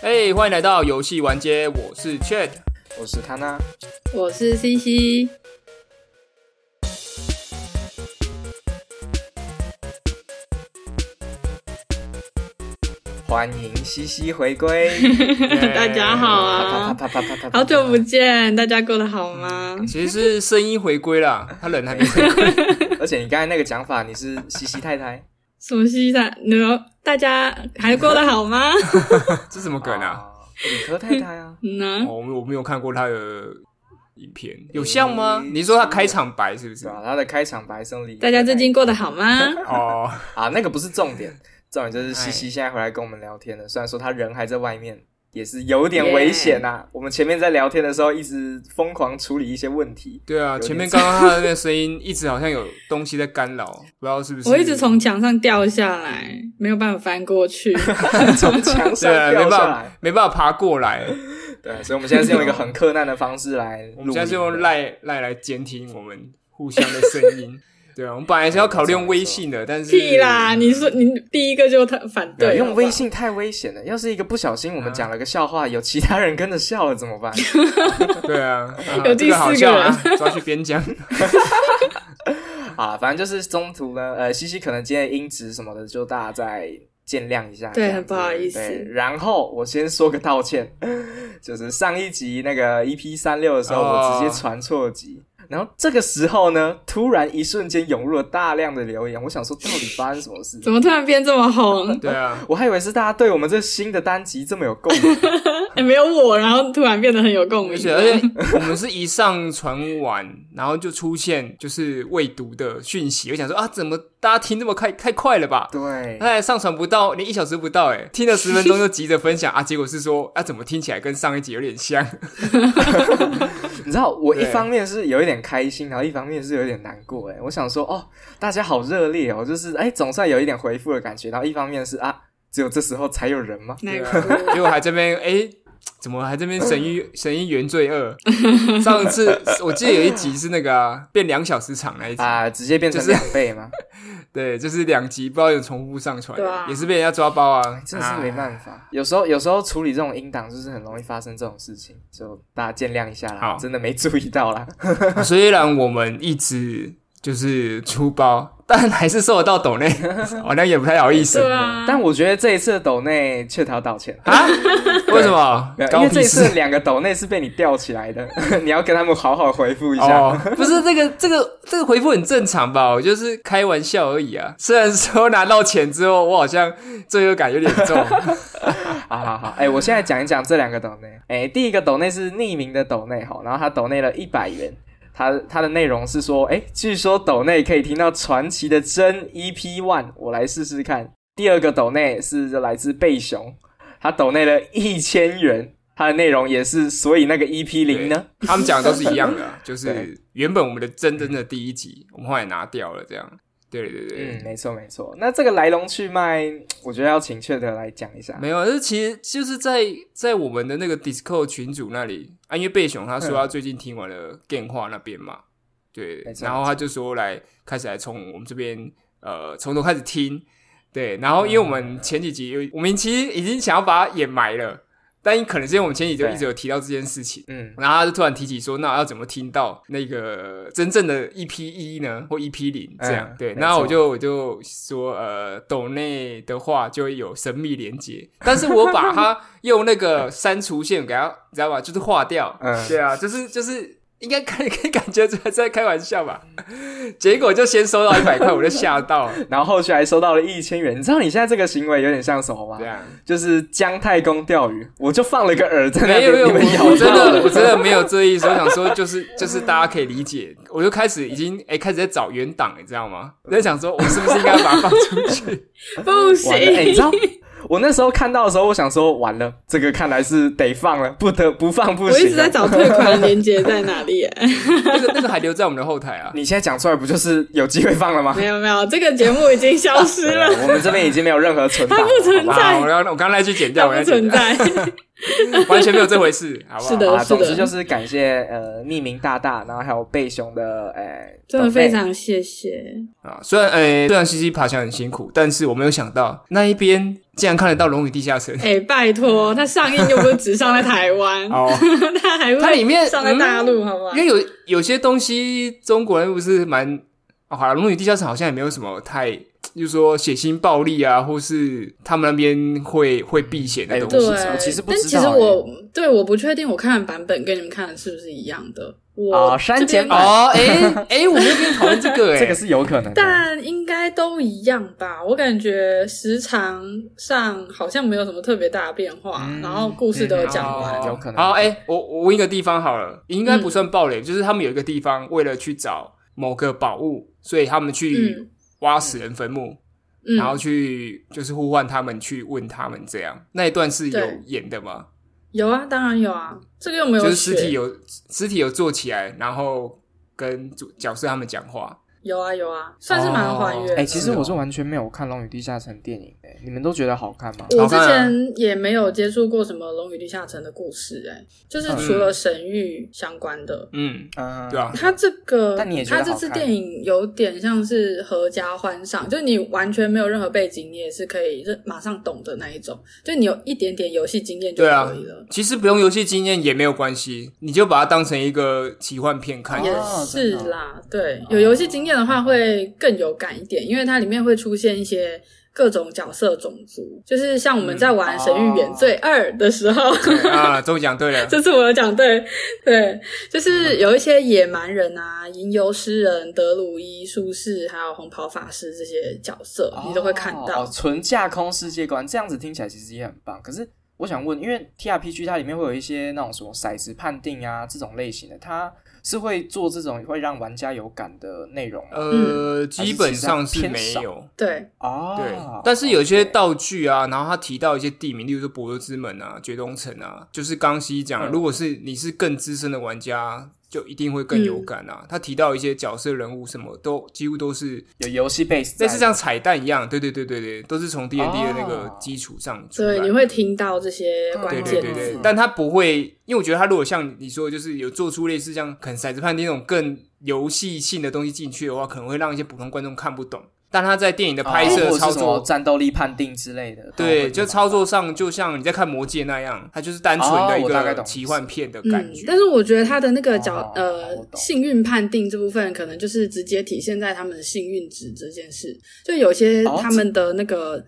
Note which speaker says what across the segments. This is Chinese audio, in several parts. Speaker 1: 嘿哎欢迎来到游戏玩街，我是 Chad。
Speaker 2: 我是他呢，
Speaker 3: 我是西西，
Speaker 2: 欢迎西西回归，
Speaker 3: 大家好
Speaker 2: 啪啪
Speaker 3: 啊，
Speaker 2: 啪啪啪啪啪，
Speaker 3: 好久不见，大家过得好吗？
Speaker 1: 其实是声音回归啦，他人还没回归。
Speaker 2: 而且你刚才那个讲法，你是西西太太，
Speaker 3: 什么西西在？你们大家还过得好吗？，
Speaker 1: 这什么梗啊？
Speaker 2: 哦，理科太太啊
Speaker 3: 嗯呢、
Speaker 1: 哦我们我没有看过他的影片，有像吗？
Speaker 3: 嗯
Speaker 1: 你说他开场白是不
Speaker 2: 是
Speaker 1: 是？
Speaker 2: 吧？他啊的开场白送理科太
Speaker 3: 大
Speaker 2: 太，
Speaker 3: 家最近过得好吗？
Speaker 1: 哦，
Speaker 2: 啊，那个不是重点，重点就是西西现在回来跟我们聊天了。虽然说他人还在外面，也是有点危险呐、我们前面在聊天的时候，一直疯狂处理一些 问题，
Speaker 1: 对啊，
Speaker 2: 有点
Speaker 1: 前面刚刚他的那个声音一直好像有东西在干扰，不知道是不是？
Speaker 3: 我一直从墙上掉下来，没有办法翻过去。
Speaker 2: 从墙上
Speaker 1: 对啊，没
Speaker 2: 掉
Speaker 1: 办
Speaker 2: 下
Speaker 1: 法
Speaker 2: 来。，
Speaker 1: 没办法爬过来。
Speaker 2: 对，所以我们现在是用一个很困难的方式来录音的，
Speaker 1: 我们现在是用赖赖来监听我们互相的声 音。对啊，我们本来是要考虑用微信的，但是
Speaker 3: 屁啦！你说你第一个就他反
Speaker 2: 对，
Speaker 3: 对，
Speaker 2: 用微。信太危险了。要是一个不小心，我们讲了个笑话，有其他人跟着笑了怎 么办？
Speaker 1: 对啊，啊
Speaker 3: 有
Speaker 1: 这
Speaker 3: 第
Speaker 1: 个
Speaker 3: 四
Speaker 1: 好
Speaker 3: 个
Speaker 1: 笑啊， 抓去边疆。
Speaker 2: 啊，反正就是中途呢，呃，西西可能今天音质什么的，就大家再见谅一下。
Speaker 3: 对
Speaker 2: 这样
Speaker 3: 很不好意思
Speaker 2: 对，然后我先说个道歉，就是上一集那个 EP 三六的时候，
Speaker 1: 哦
Speaker 2: 我直接传错集。然后这个时候呢，突然一瞬间涌入了大量的留言，我想说到底发生什么事？
Speaker 3: 怎么突然变这 么红？
Speaker 1: 对啊，
Speaker 2: 我还以为是大家对我们这新的单集这么有共 鸣，
Speaker 3: 哎，没有我，然后突然变得很有共鸣
Speaker 1: 而。且而且我们是一上传完，然后就出现就是未读的讯息，我想说啊，怎么大家听这么快，太快了吧？
Speaker 2: 对
Speaker 1: 他，还上传不到，连一小时不到，哎，听了十分钟就急着分享啊，结果是说啊，怎么听起来跟上一集有点像？
Speaker 2: 你知道，我一
Speaker 1: 对
Speaker 2: 方面是有一点开心，然后一方面是有点难过。哎，我想说，哦，大家好热烈哦，就是哎，总算有一点回复的感觉。然后一方面是啊，只有这时候才有人吗？
Speaker 3: 难
Speaker 1: 对啊
Speaker 3: 过。
Speaker 1: 结果还这边哎。怎么还这边神医神医原罪二？ 上次我记得有一集是那个、啊、变两小时长那一集，
Speaker 2: 啊，直接变成
Speaker 1: 就是
Speaker 2: 两倍 吗？
Speaker 1: 对，就是两集不知道有重复上传，
Speaker 3: 对啊
Speaker 1: 也是被人家抓包啊，
Speaker 2: 哎真的是没
Speaker 1: 法。
Speaker 2: 办法，有时候有时候处理这种音档就是很容易发生这种事情，就大家见谅一下啦
Speaker 1: 好。
Speaker 2: 真的没注意到啦。
Speaker 1: 啊虽然我们一直就是出包，但还是收得到抖内， 好像也不太好意思
Speaker 3: 对啊，
Speaker 2: 但我觉得这一次的抖内确实要道歉。
Speaker 1: 啊。为什么
Speaker 2: 没？有因
Speaker 1: 高
Speaker 2: 为这
Speaker 1: 屁
Speaker 2: 一次
Speaker 1: 事
Speaker 2: 两个抖内是被你吊起来的， 你要跟他们好好回复一下。
Speaker 1: 哦，不是这个这个这个回复很正常吧？我就是开玩笑而已啊。虽然说拿到钱之后，我好像罪恶感有点重。
Speaker 2: 好好好，哎、我现在讲一讲这两个抖内。哎、第一个抖内是匿名的抖内哈，然后他抖内了一百元。他他的内容是说，哎、据说抖内可以听到传奇的真 EP One，我来试试看。第二个抖内是来自贝熊，他抖内了一千元，他的内容也是，所以那个 EP 零呢？
Speaker 1: 他们讲的都是一样的啊，就
Speaker 2: 对
Speaker 1: 是原本我们的真真的第一集，我们后来拿掉了，这样。对对对，
Speaker 2: 嗯，没错没错。那这个来龙去脉，我觉得要请确的来讲一下。
Speaker 1: 没有，这其实就是在在我们的那个 Discord 群组那里，啊，因为贝熊他说他最近听完了电话那边嘛，对
Speaker 2: 没，错
Speaker 1: 然后他就说来开始来从我们这边呃从头开始听，对，然
Speaker 2: 嗯
Speaker 1: 后因为我们前几集有，我们其实已经想要把它掩埋了，但可能是因为我们前几集就
Speaker 2: 对
Speaker 1: 一直有提到这件事情。
Speaker 2: 嗯，
Speaker 1: 然后他就突然提起说，那要怎么听到那个真正的 EP 一呢，或 EP 零这样？
Speaker 2: 嗯
Speaker 1: 对，
Speaker 2: 没
Speaker 1: 然后我
Speaker 2: 错
Speaker 1: 就我就说，呃，抖内的话就会有神秘连接，但是我把它用那个删除线给它，你知道吧？就是划掉。
Speaker 2: 嗯
Speaker 1: 对啊，就是就是。应该可以可以感觉出来在开玩笑吧，结果就先收到一百块，我就吓到了，
Speaker 2: 然后后续还收到了一千元，你知道你现在这个行为有点像什么吗？
Speaker 1: 这样。
Speaker 2: 就是姜太公钓鱼，我就放了个饵在那
Speaker 1: 没有没有，
Speaker 2: 边，你们
Speaker 1: 我
Speaker 2: 咬
Speaker 1: 我真
Speaker 2: 到
Speaker 1: 的
Speaker 2: 了
Speaker 1: 我真的没有这意思，我想说就是就是大家可以理解，我就开始已经哎、开始在找原档，你知道吗？我在想说我是不是应该把它放出去？
Speaker 3: 不行，啊
Speaker 2: 完了，哎、你知道？我那时候看到的时候，我想说完了，这个看来是得放了，不得不放不
Speaker 3: 我一直
Speaker 2: 行啊
Speaker 3: 在
Speaker 2: 了。哎
Speaker 3: 找退款连接在哪里、哎
Speaker 1: 那个那个还留在我们的后台啊。
Speaker 2: 你现在讲出来，不就是有机会放了吗？
Speaker 3: 没有没有，这个节目已经消失了，
Speaker 2: 我们这边已经没有任何存档
Speaker 3: 它
Speaker 2: 了，
Speaker 3: 不 存
Speaker 2: 好
Speaker 1: 哇！
Speaker 2: 吧
Speaker 1: 我要我刚才去剪掉，
Speaker 3: 它
Speaker 1: 我
Speaker 3: 不
Speaker 1: 要剪
Speaker 3: 存
Speaker 1: 掉，
Speaker 3: 在。
Speaker 1: 完全没有这回事，好不好？
Speaker 3: 是的
Speaker 2: 啊，总之
Speaker 3: 是的
Speaker 2: 就是感谢呃匿名大大，然后还有贝熊的，哎、
Speaker 3: 真的非
Speaker 2: 长。
Speaker 3: 常谢谢，
Speaker 1: 哎啊，虽然诶、虽然西西爬墙很辛苦，但是我没有想到那一边竟然看得到《龙与地下城》
Speaker 3: 哎、拜托，它上映又不是只上在台 湾，
Speaker 1: 哦，
Speaker 3: 它还会
Speaker 1: 它里面
Speaker 3: 上在大陆，好吗
Speaker 1: 因？为有有些东西中国人不是蛮、哦、好了，《龙与地下城》好像也没有什么太，就是说血腥暴力啊，或是他们那边会会避嫌的
Speaker 2: 哎
Speaker 1: 东
Speaker 3: 对
Speaker 1: 西。
Speaker 2: 我其实，不
Speaker 3: 但
Speaker 2: 知
Speaker 3: 其
Speaker 2: 道
Speaker 3: 实
Speaker 2: 哎
Speaker 3: 我对我不确定我看的版本跟你们看的是不是一样的。我
Speaker 2: 啊
Speaker 3: 这
Speaker 2: 删减
Speaker 3: 边
Speaker 2: 版
Speaker 1: 哦，哎、 哎、我没有跟你讨论这个、哎，
Speaker 2: 这个是有可能的。
Speaker 3: 但应该都一样吧。我感觉时长上好像没有什么特别大的变化，
Speaker 2: 嗯
Speaker 3: 然后故事都有讲完。
Speaker 1: 哦
Speaker 2: 有可能
Speaker 1: 好，哎、我我问一个地方好了，应该不算暴雷，就是他们有一个地方为了去找某个宝物，所以他们去
Speaker 3: 嗯
Speaker 1: 挖死人坟墓，
Speaker 3: 嗯，
Speaker 1: 然后去就是呼唤他们去问他们这样。那一段是有
Speaker 3: 对
Speaker 1: 演的吗？
Speaker 3: 有啊，当然有啊，这个又没有
Speaker 1: 就是
Speaker 3: 写
Speaker 1: 尸体有尸体有做起来，然后跟主角色他们讲话。
Speaker 3: 有啊有啊，算是蛮还原的。
Speaker 1: 哦
Speaker 2: 哎、其实
Speaker 1: 是哦
Speaker 2: 我是完全没有看《龙与地下城》电影的、你们都觉得好看吗？
Speaker 3: 我
Speaker 1: 好
Speaker 3: 之
Speaker 1: 看啊
Speaker 3: 前也没有接触过什么《龙与地下城》的故事、哎，就是除了神域相关的。
Speaker 1: 嗯，
Speaker 2: 嗯，
Speaker 1: 对啊，
Speaker 3: 它这个，
Speaker 2: 但你也觉得好
Speaker 3: 它
Speaker 2: 看
Speaker 3: 这次电影有点像是合家欢赏，就是你完全没有任何背景，你也是可以认马上懂的那一种，就你有一点点游戏经验就
Speaker 1: 对啊
Speaker 3: 可以了。
Speaker 1: 其实不用游戏经验也没有关系，你就把它当成一个奇幻片看。
Speaker 3: 也
Speaker 2: 哦
Speaker 3: 是
Speaker 2: 真的
Speaker 3: 啦，对，有游戏经验的话会更有感一点，因为它里面会出现一些各种角色种族，就是像我们在玩
Speaker 2: 嗯
Speaker 3: 《神域原罪二》的 时候，
Speaker 1: 对啊，终于讲对了。
Speaker 3: 这次我有讲对 对，就是有一些野蛮人啊、吟游诗人、德鲁伊术士，还有红袍法师这些角色，你都会看
Speaker 2: 哦
Speaker 3: 到。
Speaker 2: 纯架空世界观，这样子听起来其实也很棒。可是我想问，因为 T R P G 它里面会有一些那种什么骰子判定啊这种类型的，它是会做这种会让玩家有感的内容吗？
Speaker 1: 呃，基本上
Speaker 2: 还
Speaker 1: 是
Speaker 2: 是
Speaker 1: 没
Speaker 2: 其实它偏
Speaker 1: 有。
Speaker 3: 对，
Speaker 2: 嗯
Speaker 1: 呃
Speaker 2: 哦，
Speaker 1: 对，但是有一些
Speaker 2: OK
Speaker 1: 道具啊，然后他提到一些地名，例如说博德之门啊、绝冬城啊，就是刚西讲，
Speaker 2: 嗯
Speaker 1: 如果是你是更资深的玩家，就一定会更
Speaker 2: 嗯
Speaker 1: 有感啊。他提到一些角色、人物什么都几乎都是
Speaker 2: 有游戏 base，
Speaker 1: 类似像
Speaker 2: 样
Speaker 1: 彩蛋一样，对对对对对，都是从 D N D 的那个
Speaker 2: 哦
Speaker 1: 基础上出来
Speaker 3: 对，
Speaker 1: 的。
Speaker 3: 你会听到这些关
Speaker 1: 对对
Speaker 3: 键
Speaker 1: 对
Speaker 3: 字
Speaker 1: 对，。但他不会，因为我觉得他如果像你说，就是有做出类似像可能骰子判定那种更游戏性的东西进去的话，可能会让一些普通观众看不懂。但他在电影的拍
Speaker 2: 哦或者
Speaker 1: 摄、
Speaker 2: 是
Speaker 1: 操
Speaker 2: 什么哦
Speaker 1: 作
Speaker 2: 战斗力判定之类的，
Speaker 1: 对，就操
Speaker 2: 超
Speaker 1: 作上就像你在看《魔戒》那样，它就是单纯的一
Speaker 2: 哦我大概
Speaker 1: 个
Speaker 2: 懂
Speaker 1: 奇幻片的感
Speaker 3: 嗯，
Speaker 1: 觉。
Speaker 3: 但是我觉得他的那个角、
Speaker 2: 哦
Speaker 3: 呃
Speaker 2: 我懂
Speaker 3: 幸运判定这部分，可能就是直接体现在他们的幸运值这件事。就有些
Speaker 2: 哦
Speaker 3: 他们的那个、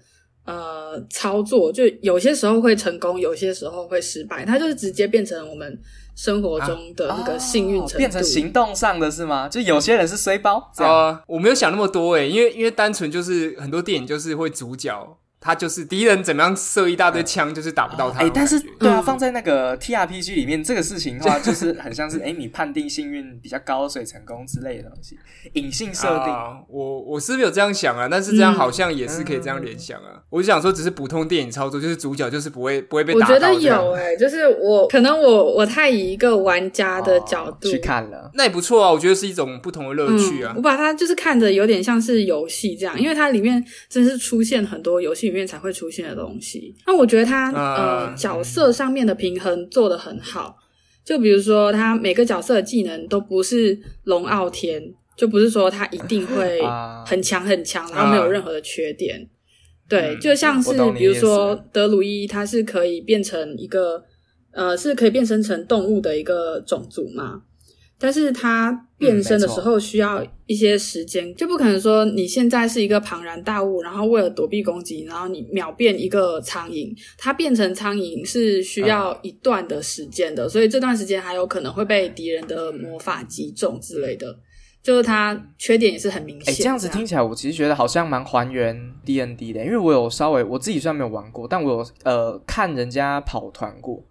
Speaker 3: 呃操作，就有些时候会成功，有些时候会失败，它就是直接变成我们生活中的那个幸运
Speaker 2: 啊哦
Speaker 3: 程度。
Speaker 2: 变成行动上的是吗？就有些人是衰包这
Speaker 1: 啊、
Speaker 2: 样。
Speaker 1: 我没有想那么多诶，因为因为单纯就是很多电影就是会主角他就是敌人怎么样射一大堆枪，就是打不到他
Speaker 2: 嗯哎、
Speaker 1: 的感
Speaker 2: 但
Speaker 1: 觉。
Speaker 2: 是对啊，
Speaker 3: 嗯
Speaker 2: 放在那个 T R P G 里面，这个事情的话， 就是很像是哎、你判定幸运比较高，所以成功之类的东西，隐性设定。
Speaker 1: 啊我我是没有这样想啊，但是这
Speaker 3: 嗯
Speaker 1: 样好像也是可以这样联想啊。我就想说，只是普通电影操作，就是主角就是不会不会被
Speaker 3: 我
Speaker 1: 打到
Speaker 3: 觉
Speaker 1: 这
Speaker 3: 得
Speaker 1: 样。
Speaker 3: 有哎、就是我可能我我太以一个玩家的角度、
Speaker 2: 哦去看了，
Speaker 1: 那也不错啊，我觉得是一种不同的乐趣啊
Speaker 3: 嗯。我。把它就是看着有点像是游戏这样，
Speaker 2: 嗯
Speaker 3: 因为它里面真是出现很多游戏里面才会出现的东西。那我觉得
Speaker 1: 啊
Speaker 3: 它、
Speaker 2: 嗯
Speaker 3: 呃角色上面的平衡做得很好，就比如说它每个角色的技能都不是龙傲天，就不是说它一定会
Speaker 2: 啊
Speaker 3: 很强很强，然后没有任何的缺点。对，
Speaker 1: 嗯
Speaker 3: 就像是
Speaker 2: 啊我懂你
Speaker 3: 比如
Speaker 2: 意思
Speaker 3: 说德鲁伊，它是可以变成一个呃，是可以变身成动物的一个种族嘛。但是它
Speaker 2: 嗯
Speaker 3: 变身的时候需要一些时间，就不可能说你现在是一个庞然大物，然后为了躲避攻击，然后你秒变一个苍蝇。它变成苍蝇是需要一段的时间
Speaker 2: 嗯
Speaker 3: 的，所以这段时间还有可能会被敌人的魔法击中之类的，就是它缺点也是啊很明
Speaker 2: 哎、
Speaker 3: 显。
Speaker 2: 这样子听起来，我其实觉得好像蛮还原 D N D 的，因为我有稍微我自己虽然没有玩过，但我有呃看人家跑团过。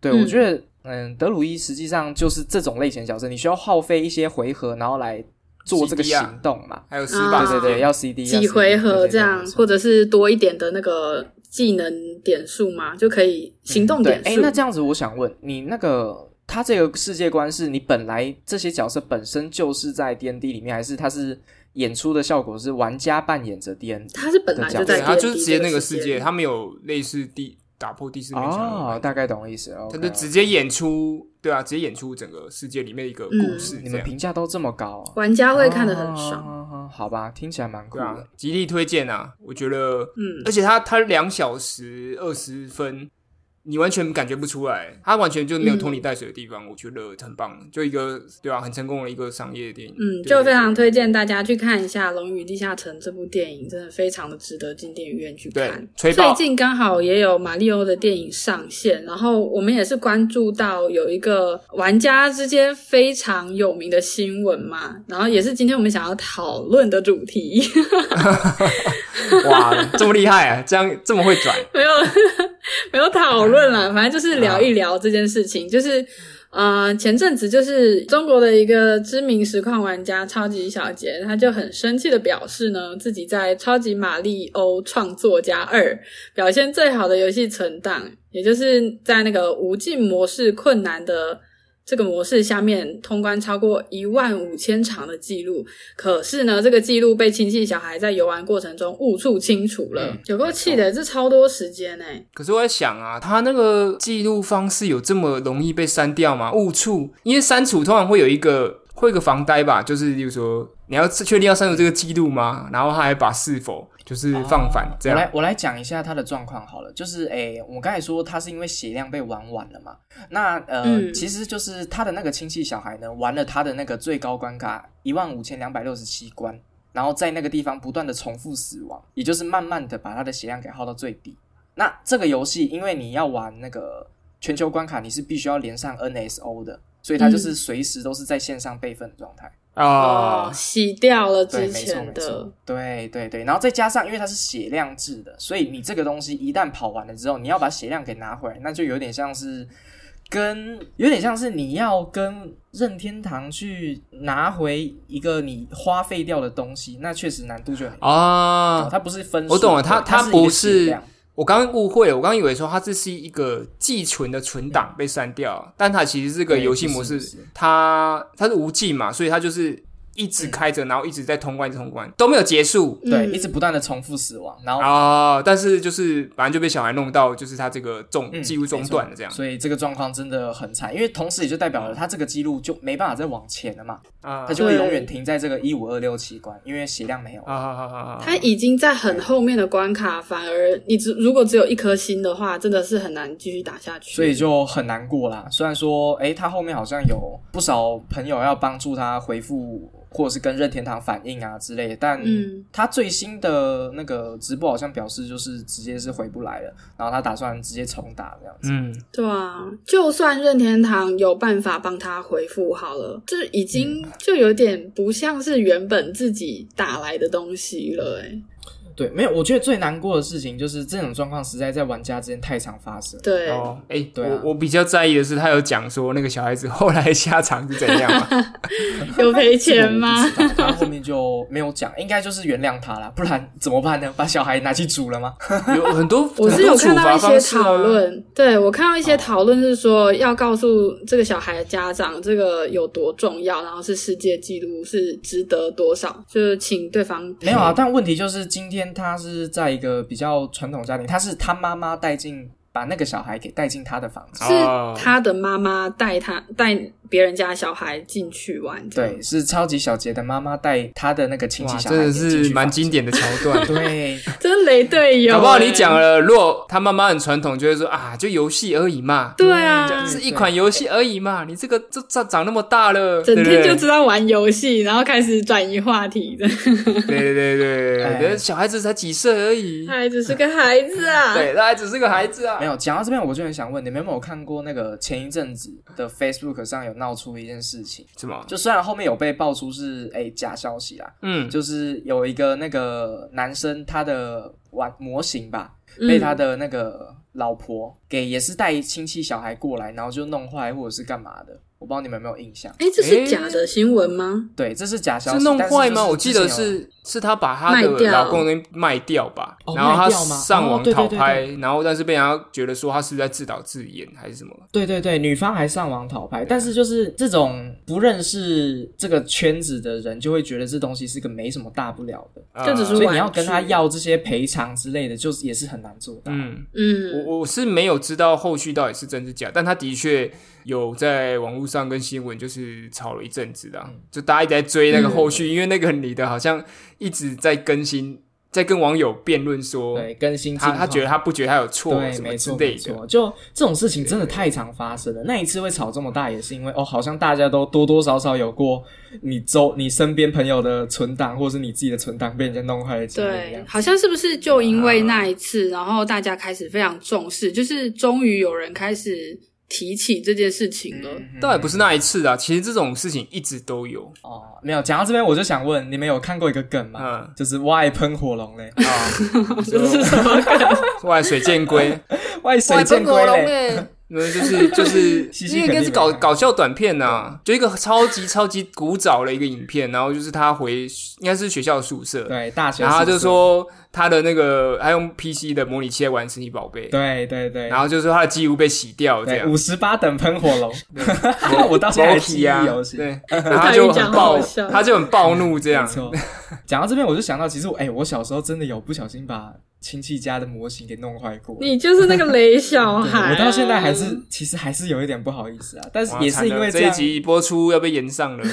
Speaker 2: 对，
Speaker 3: 嗯
Speaker 2: 我觉得嗯，德鲁伊实际上就是这种类型的角色，你需要耗费一些回合，然后来做这个
Speaker 1: CD 啊
Speaker 2: 行动嘛。
Speaker 1: 还有失败
Speaker 3: 啊
Speaker 2: 对
Speaker 1: 之
Speaker 2: 对
Speaker 1: 间，
Speaker 2: 对，要 C D
Speaker 3: 几回合这样，或
Speaker 2: 者
Speaker 3: 者是多一点的那个技能点数嘛，就可以行动
Speaker 2: 对
Speaker 3: 点。数。
Speaker 2: 哎，那这样子，我想问你，那个他这个世界观是你本来这些角色本身就是在 D N D 里面，还是他是演出的效果是玩家扮演着 D N D？
Speaker 3: 他是本来就
Speaker 1: 对，
Speaker 3: 在
Speaker 1: 他
Speaker 3: D&D
Speaker 1: 就是直接那
Speaker 3: 这
Speaker 1: 个
Speaker 3: 个
Speaker 1: 世界，
Speaker 3: 界，
Speaker 1: 他没有类似第打破第四面墙的感
Speaker 2: 哦
Speaker 1: 觉，
Speaker 2: 大概懂意思了。
Speaker 1: 他就直接演出，对啊，
Speaker 3: 嗯
Speaker 1: 直接演出整个世界里面的一个故事。
Speaker 2: 你
Speaker 1: 这
Speaker 2: 们
Speaker 1: 样
Speaker 2: 评价都这么高、啊，
Speaker 3: 玩家会看得很爽。
Speaker 2: 爽。好吧，听起来蛮酷
Speaker 1: 对啊
Speaker 2: 的。，
Speaker 1: 极力推荐啊！我觉得，
Speaker 3: 嗯，
Speaker 1: 而且它它两小时二十分，你完全感觉不出来，它完全就没有拖泥带水的地方，我觉得很棒，就一个对啊，很成功的一个商业电影。
Speaker 3: 嗯，
Speaker 1: 对
Speaker 3: 就非常推荐大家去看一下《龙与地下城》这部电影，真的非常的值得进电影院去看
Speaker 1: 对。吹
Speaker 3: 最
Speaker 1: 爆
Speaker 3: 近刚好也有马里欧的电影上线，然后我们也是关注到有一个玩家之间非常有名的新闻嘛，然后也是今天我们想要讨论的主题。
Speaker 1: 哇，这么厉害啊！这样这么会转，
Speaker 3: 没有 没有讨论了，反正就是聊一聊这件事情。就是呃，前阵子就是中国的一个知名实况玩家超级小杰，他就很生气的表示呢，自己在《超级马里欧创作家二》表现最好的游戏存档，也就是在那个无尽模式困难的。这个模式下面通关超过一万五千场的记录，可是呢，这个记录被亲戚小孩在游玩过程中误触清除了，
Speaker 1: 嗯
Speaker 3: 有够气的，这超多时间呢、
Speaker 1: 可是我在想啊，他那个记录方式有这么容易被删掉吗？误触，因为删除通常会有一个会有一个防呆吧，就是比如说你要确定要删除这个记录吗？然后他还把是否就是放反、这
Speaker 2: 我
Speaker 1: 样
Speaker 3: 哦
Speaker 2: 来，我来讲一下他的状况好了，就是诶、我刚才说他是因为血量被玩完了嘛，那呃，
Speaker 3: 嗯
Speaker 2: 其实就是他的那个亲戚小孩呢，玩了他的那个最高关卡一万五千两百六十七关，然后在那个地方不断的重复死亡，也就是慢慢的把他的血量给耗到最低。那这个游戏，因为你要玩那个全球关卡，你是必须要连上 NSO 的，所以它就是
Speaker 3: 嗯
Speaker 2: 随时都是在线上备份的状态。
Speaker 1: 啊、
Speaker 3: 洗掉了
Speaker 2: 对，
Speaker 3: 之
Speaker 2: 没错，没
Speaker 3: 前的
Speaker 2: 错，，对对对，然后再加上，因为它是血量制的，所以你这个东西一旦跑完了之后，你要把血量给拿回来，那就有点像是跟有点像是你要跟任天堂去拿回一个你花费掉的东西，那确实难度就很高。
Speaker 1: 啊！
Speaker 2: 它不是分数，
Speaker 1: 我懂了，
Speaker 2: 对
Speaker 1: 他他
Speaker 2: 它是一个
Speaker 1: 不
Speaker 2: 血
Speaker 1: 是
Speaker 2: 量，
Speaker 1: 我刚刚误会了，我刚刚以为说他这是一个寄存的存档被删掉，但它其实这个
Speaker 2: 对
Speaker 1: 游戏
Speaker 2: 不是
Speaker 1: 模式
Speaker 2: 不是
Speaker 1: 它它是无尽嘛，所以它就是一直开着，然后一直在通关一直通关都没有结束，
Speaker 2: 对，
Speaker 3: 嗯
Speaker 2: 一直不断的重复死亡，然后
Speaker 1: 啊、但是就是反正就被小孩弄到，就是他这个中
Speaker 2: 嗯
Speaker 1: 记录中断了这样
Speaker 2: 所以这个状况真的很惨，因为同时也就代表了他这个记录就没办法再往前了嘛，
Speaker 1: 啊
Speaker 2: 他就会永远停在这个一五二六七关，因为血量没有。
Speaker 1: 啊啊啊啊！
Speaker 3: 他已经在很后面的关卡，反而你只如果只有一颗心的话，真的是很难继续打下去。
Speaker 2: 所以就很难过啦。虽然说，诶，他后面好像有不少朋友要帮助他回复，或者是跟任天堂反映啊之类的，但
Speaker 3: 嗯
Speaker 2: 他最新的那个直播好像表示就是直接是回不来了，然后他打算直接重打这样子。
Speaker 1: 嗯，
Speaker 3: 对啊，就算任天堂有办法帮他回复好了，这已经
Speaker 2: 嗯
Speaker 3: 就有点不像是原本自己打来的东西了、欸，
Speaker 2: 对，没有，我觉得最难过的事情就是这种状况实在在玩家之间太常发生。
Speaker 3: 对，
Speaker 1: 哦，哎、
Speaker 2: 对啊
Speaker 1: 我我比较在意的是，他有讲说那个小孩子后来下场是怎样 嘛？
Speaker 3: 有赔
Speaker 2: 这个
Speaker 3: 钱
Speaker 2: 我不
Speaker 3: 吗？
Speaker 2: 知道他后面就没有讲，应该就是原谅他啦，不然怎么办呢？把小孩拿去煮了吗？
Speaker 1: 有很多，
Speaker 3: 我是有
Speaker 1: 很多处
Speaker 3: 看到
Speaker 1: 罚
Speaker 3: 一
Speaker 1: 方
Speaker 3: 些
Speaker 1: 式啊哦
Speaker 3: 讨，论，对我看到一些讨论是说要告诉这个小孩的家长这个有多重要，然后是世界纪录，是值得多少，就是请对方
Speaker 2: 没有啊，但问题就是今天他是在一个比较传统家庭，他是他妈妈带进把那个小孩给带进他的房子，
Speaker 3: 是
Speaker 1: 哦
Speaker 3: 他的妈妈带他带别人家小孩进去玩，这样
Speaker 2: 对，是超级小杰的妈妈带他的那个亲戚
Speaker 1: 哇，
Speaker 2: 小
Speaker 1: 真
Speaker 2: 孩
Speaker 1: 的
Speaker 2: 给进
Speaker 1: 是
Speaker 2: 去房
Speaker 1: 蛮
Speaker 2: 间
Speaker 1: 经。典的桥 段。
Speaker 3: 啊
Speaker 2: 对，
Speaker 3: 真雷队友、
Speaker 1: 搞不好你
Speaker 3: 欸
Speaker 1: 讲了，如果他妈妈很传统，就会说啊，就游戏而已嘛，
Speaker 3: 对啊，
Speaker 1: 是一款游戏而已嘛，你这个这长长那么大了，
Speaker 3: 整
Speaker 1: 对
Speaker 3: 天
Speaker 1: 不对
Speaker 3: 就知道玩游戏，然后开始转移话题的，
Speaker 1: 对对对对对
Speaker 2: 哎
Speaker 1: 对，小孩子才几岁而已，
Speaker 3: 他还只是个孩子啊。
Speaker 1: 对，他还只是个孩子啊
Speaker 2: 没。有讲到这边，我就很想问你们有没有看过那个前一阵子的 Facebook 上有闹出一件事情，
Speaker 1: 什么？
Speaker 2: 就虽然后面有被爆出是哎、假消息啦，
Speaker 1: 嗯，
Speaker 2: 就是有一个那个男生他的玩模型吧，
Speaker 1: 嗯
Speaker 3: 嗯
Speaker 2: 被他的那个老婆给也是带亲戚小孩过来，然后就弄坏或者是干嘛的，我不知道你们有没有印象？
Speaker 3: 哎、这是假的新闻吗？
Speaker 2: 对，这是假消息，
Speaker 1: 是弄
Speaker 2: 但
Speaker 1: 坏
Speaker 2: 就
Speaker 1: 吗？
Speaker 2: 是
Speaker 1: 我记得
Speaker 2: 之前有
Speaker 1: 是是她把她的
Speaker 3: 卖掉
Speaker 1: 老公那边卖掉吧，
Speaker 2: 哦
Speaker 1: 然后她
Speaker 2: 卖掉吗
Speaker 1: 上
Speaker 2: 哦
Speaker 1: 网
Speaker 2: 对对
Speaker 1: 讨
Speaker 2: 对
Speaker 1: 拍，然后但是被人家觉得说她是不是在自导自演还是什么，
Speaker 2: 对对对，女方还上网讨拍，但是就是这种不认识这个圈子的人，就会觉得这东西是个没什么大不了的，
Speaker 1: 呃
Speaker 3: 就只是
Speaker 2: 所以你要跟他要这些赔偿之类的，就是也是很难做到。
Speaker 1: 嗯，
Speaker 3: 嗯，
Speaker 1: 我我是没有知道后续到底是真是假，但他的确有在网络上跟新闻就是吵了一阵子的
Speaker 2: 嗯
Speaker 1: 啊、就大家一直在追那个后续，因为那个女的好像一直在更新，在跟网友辩论说，
Speaker 2: 对，更新
Speaker 1: 她
Speaker 2: 近
Speaker 1: 她
Speaker 2: 况
Speaker 1: 觉得她不觉得她有错
Speaker 2: 对，
Speaker 1: 什么
Speaker 2: 没
Speaker 1: 之
Speaker 2: 错
Speaker 1: 类
Speaker 2: 没
Speaker 1: 的，
Speaker 2: 错，就这种事情真的太常发生了。那一次会吵这么大，也是因为哦，好像大家都多多少少有过你周你身边朋友的存档，或是你自己的存档被人家弄坏的经验一
Speaker 3: 对
Speaker 2: 样，。
Speaker 3: 好像是不是就因为那一次，然后大家开始非常重视，就是终于有人开始提起这件事情了。
Speaker 2: 嗯
Speaker 1: 倒也不是那一次啊，其实这种事情一直都有
Speaker 2: 哦，没有讲到这边，我就想问，你们有看过一个梗吗？
Speaker 1: 嗯
Speaker 2: 就是 Why 喷火龙 嘞
Speaker 1: 啊，
Speaker 2: 哦
Speaker 1: 外水箭龟，
Speaker 2: ，Why 水箭龟嘞？
Speaker 1: 嘞。那就是 就是
Speaker 2: 西，西
Speaker 1: 因为应该是
Speaker 2: 肯定没
Speaker 1: 搞
Speaker 2: 看
Speaker 1: 搞笑短片呐、就一个超级超级古早的一个影片，然后就是他回应该是学校宿舍，
Speaker 2: 对，大学
Speaker 1: 然后他
Speaker 2: 宿
Speaker 1: 就
Speaker 2: 舍，
Speaker 1: 说他的那个他用 PC 的模拟器来玩神奇宝贝，
Speaker 2: 对对对，
Speaker 1: 然后就说他的机物被洗掉这
Speaker 2: 对
Speaker 1: 样
Speaker 2: 五，十八等喷火龙， 我到现在还记忆
Speaker 1: Loki 啊
Speaker 2: 犹，新。
Speaker 1: 对， 然后他就很暴
Speaker 3: 我看你讲好好笑，
Speaker 1: 他就很暴 怒这样
Speaker 2: 没，错。 讲到这边，我就想到，其实我哎、我小时候真的有不小心把亲戚家的模型给弄坏过。
Speaker 3: 你就是那个雷小
Speaker 2: 对
Speaker 3: 孩啊、
Speaker 2: 我到现在还是，其实还是有一点不好意思啊，但是
Speaker 1: 哇
Speaker 2: 也是因为
Speaker 1: 惨了这
Speaker 2: 样，
Speaker 1: 一集播出要被延上 了，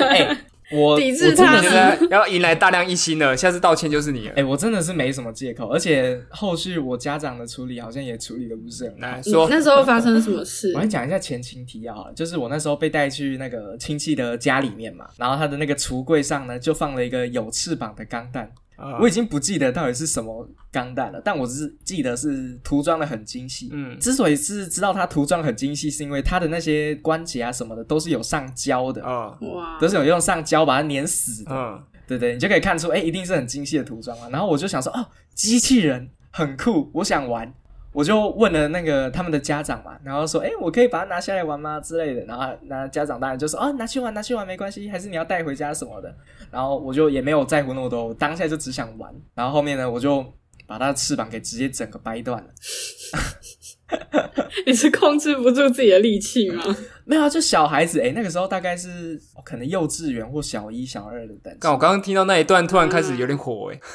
Speaker 2: 哎、我
Speaker 3: 抵制
Speaker 2: 我真
Speaker 3: 他
Speaker 2: 的
Speaker 1: 现
Speaker 2: 是，
Speaker 1: 在要迎来大量一星了，下次道歉就是你了
Speaker 2: 哎、。我真的是没什么借口，而且后续我家长的处理好像也处理的不是很好。
Speaker 1: 来
Speaker 3: 你
Speaker 1: 说，
Speaker 3: 那时候发生什么事
Speaker 2: 我？先讲一下前情提要好了，就是我那时候被带去那个亲戚的家里面嘛，然后他的那个橱柜上呢就放了一个有翅膀的钢蛋，
Speaker 1: 啊
Speaker 2: 我已经不记得到底是什么钢弹了，但我只是记得是涂装的很精细。
Speaker 1: 嗯
Speaker 2: 之所以是知道它涂装很精细，是因为它的那些关节啊什么的都是有上胶的，
Speaker 1: 啊
Speaker 3: 哇
Speaker 2: 都，是有用上胶把它粘死的。
Speaker 1: 嗯。
Speaker 2: 对对，你就可以看出，哎、一定是很精细的涂装嘛。然后我就想说，哦，机器人很酷，我想玩。我就问了那个他们的家长嘛，然后说，哎、我可以把它拿下来玩吗之类的。然后那家长当然就说，哦，拿去玩，拿去玩没关系，还是你要带回家什么的。然后我就也没有在乎那么多，我当下就只想玩。然后后面呢，我就把它的翅膀给直接整个掰断了。
Speaker 3: 你是控制不住自己的力 气吗？
Speaker 2: 没有啊，就小孩子，哎、那个时候大概是、哦可能幼稚园或小一、小二的等级。
Speaker 1: 刚我刚刚听到那一段，突然开始有点火哎、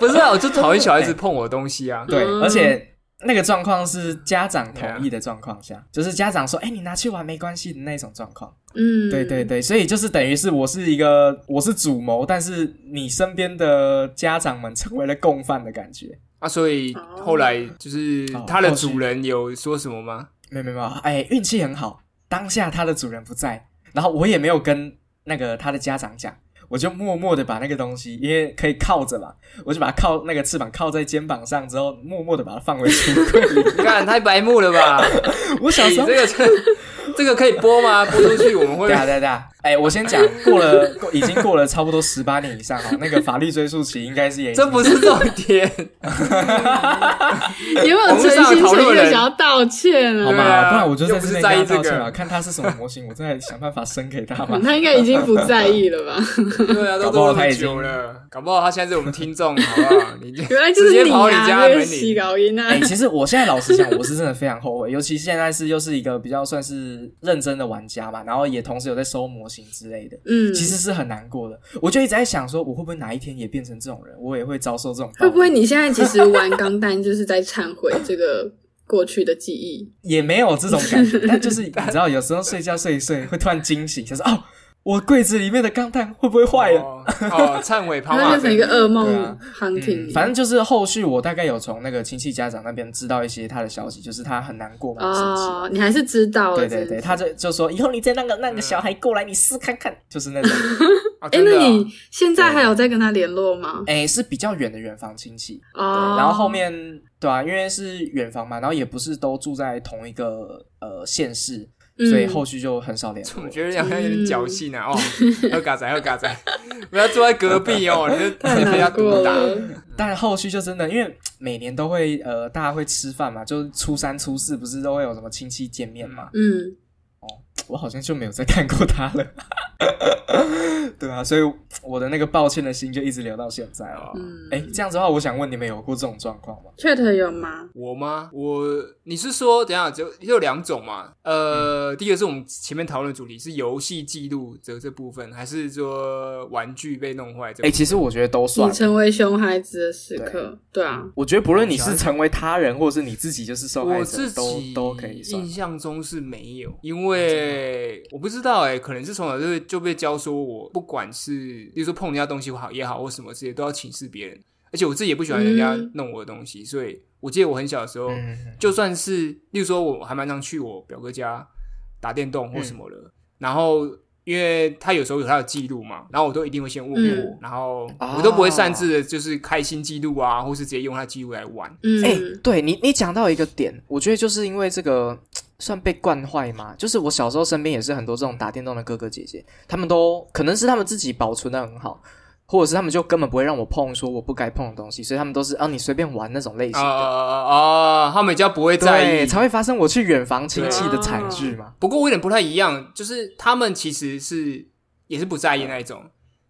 Speaker 1: 不是啊，我就讨厌小孩子碰我的东西啊。
Speaker 2: 对，
Speaker 3: 嗯
Speaker 2: 而且那个状况是家长同意的状况下，就是家长说：“哎、你拿去玩没关系”的那种状况。
Speaker 3: 嗯，
Speaker 2: 对对对，所以就是等于是我是一个我是主谋，但是你身边的家长们成为了共犯的感觉。
Speaker 1: 啊，所以
Speaker 3: 哦
Speaker 1: 后来就是
Speaker 2: 哦
Speaker 1: 它的
Speaker 2: 后续
Speaker 1: 主人有说什么吗？
Speaker 2: 没有没有没有，哎、运气很好，当下它的主人不在，然后我也没有跟那个它的家长讲。我就默默的把那个东西，因为可以靠着嘛，我就把它靠那个翅膀靠在肩膀上之后，默默的把它放回橱柜 里。
Speaker 1: 你看太白目了吧！
Speaker 2: 我小
Speaker 1: 你
Speaker 2: 时候
Speaker 1: 这个这个这个可以播吗？播出去我们会
Speaker 2: 对啊，对啊，对啊。哎、我先讲，过了过已经过了差不多十八年以上哦，那个法律追溯期应该是也已经
Speaker 1: 这不是重 点，
Speaker 3: 有没有诚心
Speaker 1: 我们上来讨
Speaker 3: 诚
Speaker 1: 论
Speaker 3: 意
Speaker 1: 人
Speaker 3: 的想要道歉
Speaker 2: 好
Speaker 1: 对
Speaker 2: 嘛、
Speaker 1: 啊
Speaker 3: 啊？
Speaker 2: 不然我就
Speaker 1: 又
Speaker 2: 在
Speaker 1: 不
Speaker 2: 这
Speaker 1: 是
Speaker 2: 边
Speaker 1: 在意
Speaker 2: 跟他道
Speaker 1: 这
Speaker 2: 歉
Speaker 1: 个
Speaker 2: 嘛，看他是什么模型，我再想办法生给他嘛。
Speaker 3: 他应该已经不在意了吧？
Speaker 1: 对啊，都
Speaker 2: 搞不好
Speaker 1: 多
Speaker 2: 他
Speaker 1: 么
Speaker 2: 已
Speaker 1: 久
Speaker 2: 经
Speaker 1: 了，搞不好他现在是我们听众，好不好？你这
Speaker 3: 原来就是
Speaker 1: 直接
Speaker 3: 你
Speaker 1: 跑你
Speaker 3: 啊，
Speaker 1: 家
Speaker 3: 那个
Speaker 1: 门
Speaker 3: 洗
Speaker 1: 里
Speaker 3: 稿音啊
Speaker 2: 哎、！其实我现在老实讲，我是真的非常后悔，尤其现在是又是一个比较算是认真的玩家嘛，然后也同时有在收模型之类的，
Speaker 3: 嗯，
Speaker 2: 其实是很难过的。我就一直在想说，我会不会哪一天也变成这种人，我也会遭受这种报应？
Speaker 3: 会不会你现在其实玩钢弹就是在忏悔这个过去的记忆？
Speaker 2: 也没有这种感 觉，但就是你知道，有时候睡觉睡一睡会突然惊醒，就是哦，我柜子里面的钢弹会不会坏了？
Speaker 1: 哦，哦忏悔跑
Speaker 3: 它
Speaker 1: 马
Speaker 3: 变成一
Speaker 1: 灯
Speaker 3: 个噩
Speaker 2: 对
Speaker 3: 梦
Speaker 2: 啊
Speaker 3: hunting，、
Speaker 2: 反正就是后续我大概有从那个亲戚家长那边知道一些他的消息，就是他很难过嘛，很生气。
Speaker 3: 哦，你还是知道
Speaker 2: 对
Speaker 3: 了，
Speaker 2: 对对，
Speaker 3: 哎、
Speaker 2: 他就就说以后你再让个那个小孩过来，你试看看，就是那种，
Speaker 1: 啊！
Speaker 3: 诶
Speaker 1: 真的
Speaker 3: 哎那
Speaker 1: 啊
Speaker 3: 你现在还有在跟他联络吗？
Speaker 2: 哎，是比较远的远房亲戚，对，
Speaker 3: 哦，
Speaker 2: 然后后面对啊，因为是远房嘛，然后也不是都住在同一个呃县市，所以
Speaker 3: 嗯
Speaker 2: 后续就很少联络
Speaker 1: 我。觉得两个人有点侥幸啊！哦，喝嘎仔，喝嘎 仔，不要坐在隔壁哦，你就
Speaker 3: 太
Speaker 1: 直接 被他
Speaker 3: 难过
Speaker 1: 毒打。
Speaker 3: 了，
Speaker 2: 但后续就真的，因为每年都会呃，大家会吃饭嘛，就是初三、初四不是都会有什么亲戚见面嘛？
Speaker 3: 嗯，
Speaker 2: 我好像就没有再看过他了。
Speaker 4: 对啊，所以我的那个抱歉的心就一直留到现在了。
Speaker 3: 嗯
Speaker 4: 哎、这样子的话，我想问你们有过这种状况吗？
Speaker 3: ，Chat 有吗？
Speaker 1: 我吗？我你是说，等一下只有只有两种嘛？
Speaker 3: 嗯
Speaker 1: 呃，第一个是我们前面讨论的主题是游戏记录的这部分，还是说玩具被弄坏这
Speaker 2: 哎、？其实我觉得都算
Speaker 3: 你。成为熊孩子的时刻，对啊，
Speaker 2: 我觉得不论你是成为他人，或者是你自己就是受害
Speaker 1: 我
Speaker 2: 者
Speaker 1: 自，
Speaker 2: 都
Speaker 1: 己
Speaker 2: 都可以算哦
Speaker 1: 印。象中是没有，因为我不知道哎、可能是从小就被就被教说我不管是，比如说碰人家东西好也好，或什么之类，都要请示别人，而且我自己也不喜欢人家
Speaker 3: 嗯
Speaker 1: 弄我的东西，所以我记得我很小的时候，
Speaker 2: 嗯，
Speaker 1: 就算是，例如说，我还蛮常去我表哥家打电动
Speaker 2: 嗯
Speaker 1: 或什么的，然后因为他有时候有他的记录嘛，然后我都一定会先问我，
Speaker 3: 嗯
Speaker 1: 然后
Speaker 2: 啊
Speaker 1: 我都不会擅自的，就是开新记录啊，或是直接用他记录来玩。
Speaker 3: 嗯，
Speaker 2: 哎、 对你，你讲到一个点，我觉得就是因为这个算被惯坏嘛，就是我小时候身边也是很多这种打电动的哥哥姐姐，他们都可能是他们自己保存的很好，或者是他们就根本不会让我碰说我不该碰的东西，所以他们都是啊你随便玩那种类型
Speaker 1: 啊
Speaker 2: 的，
Speaker 1: 啊！他们比较不会在
Speaker 2: 对，
Speaker 1: 意。啊
Speaker 2: 才会发生我去远房亲戚的惨剧嘛。
Speaker 1: 不过我有点不太一样，就是他们其实是也是不在意那一种，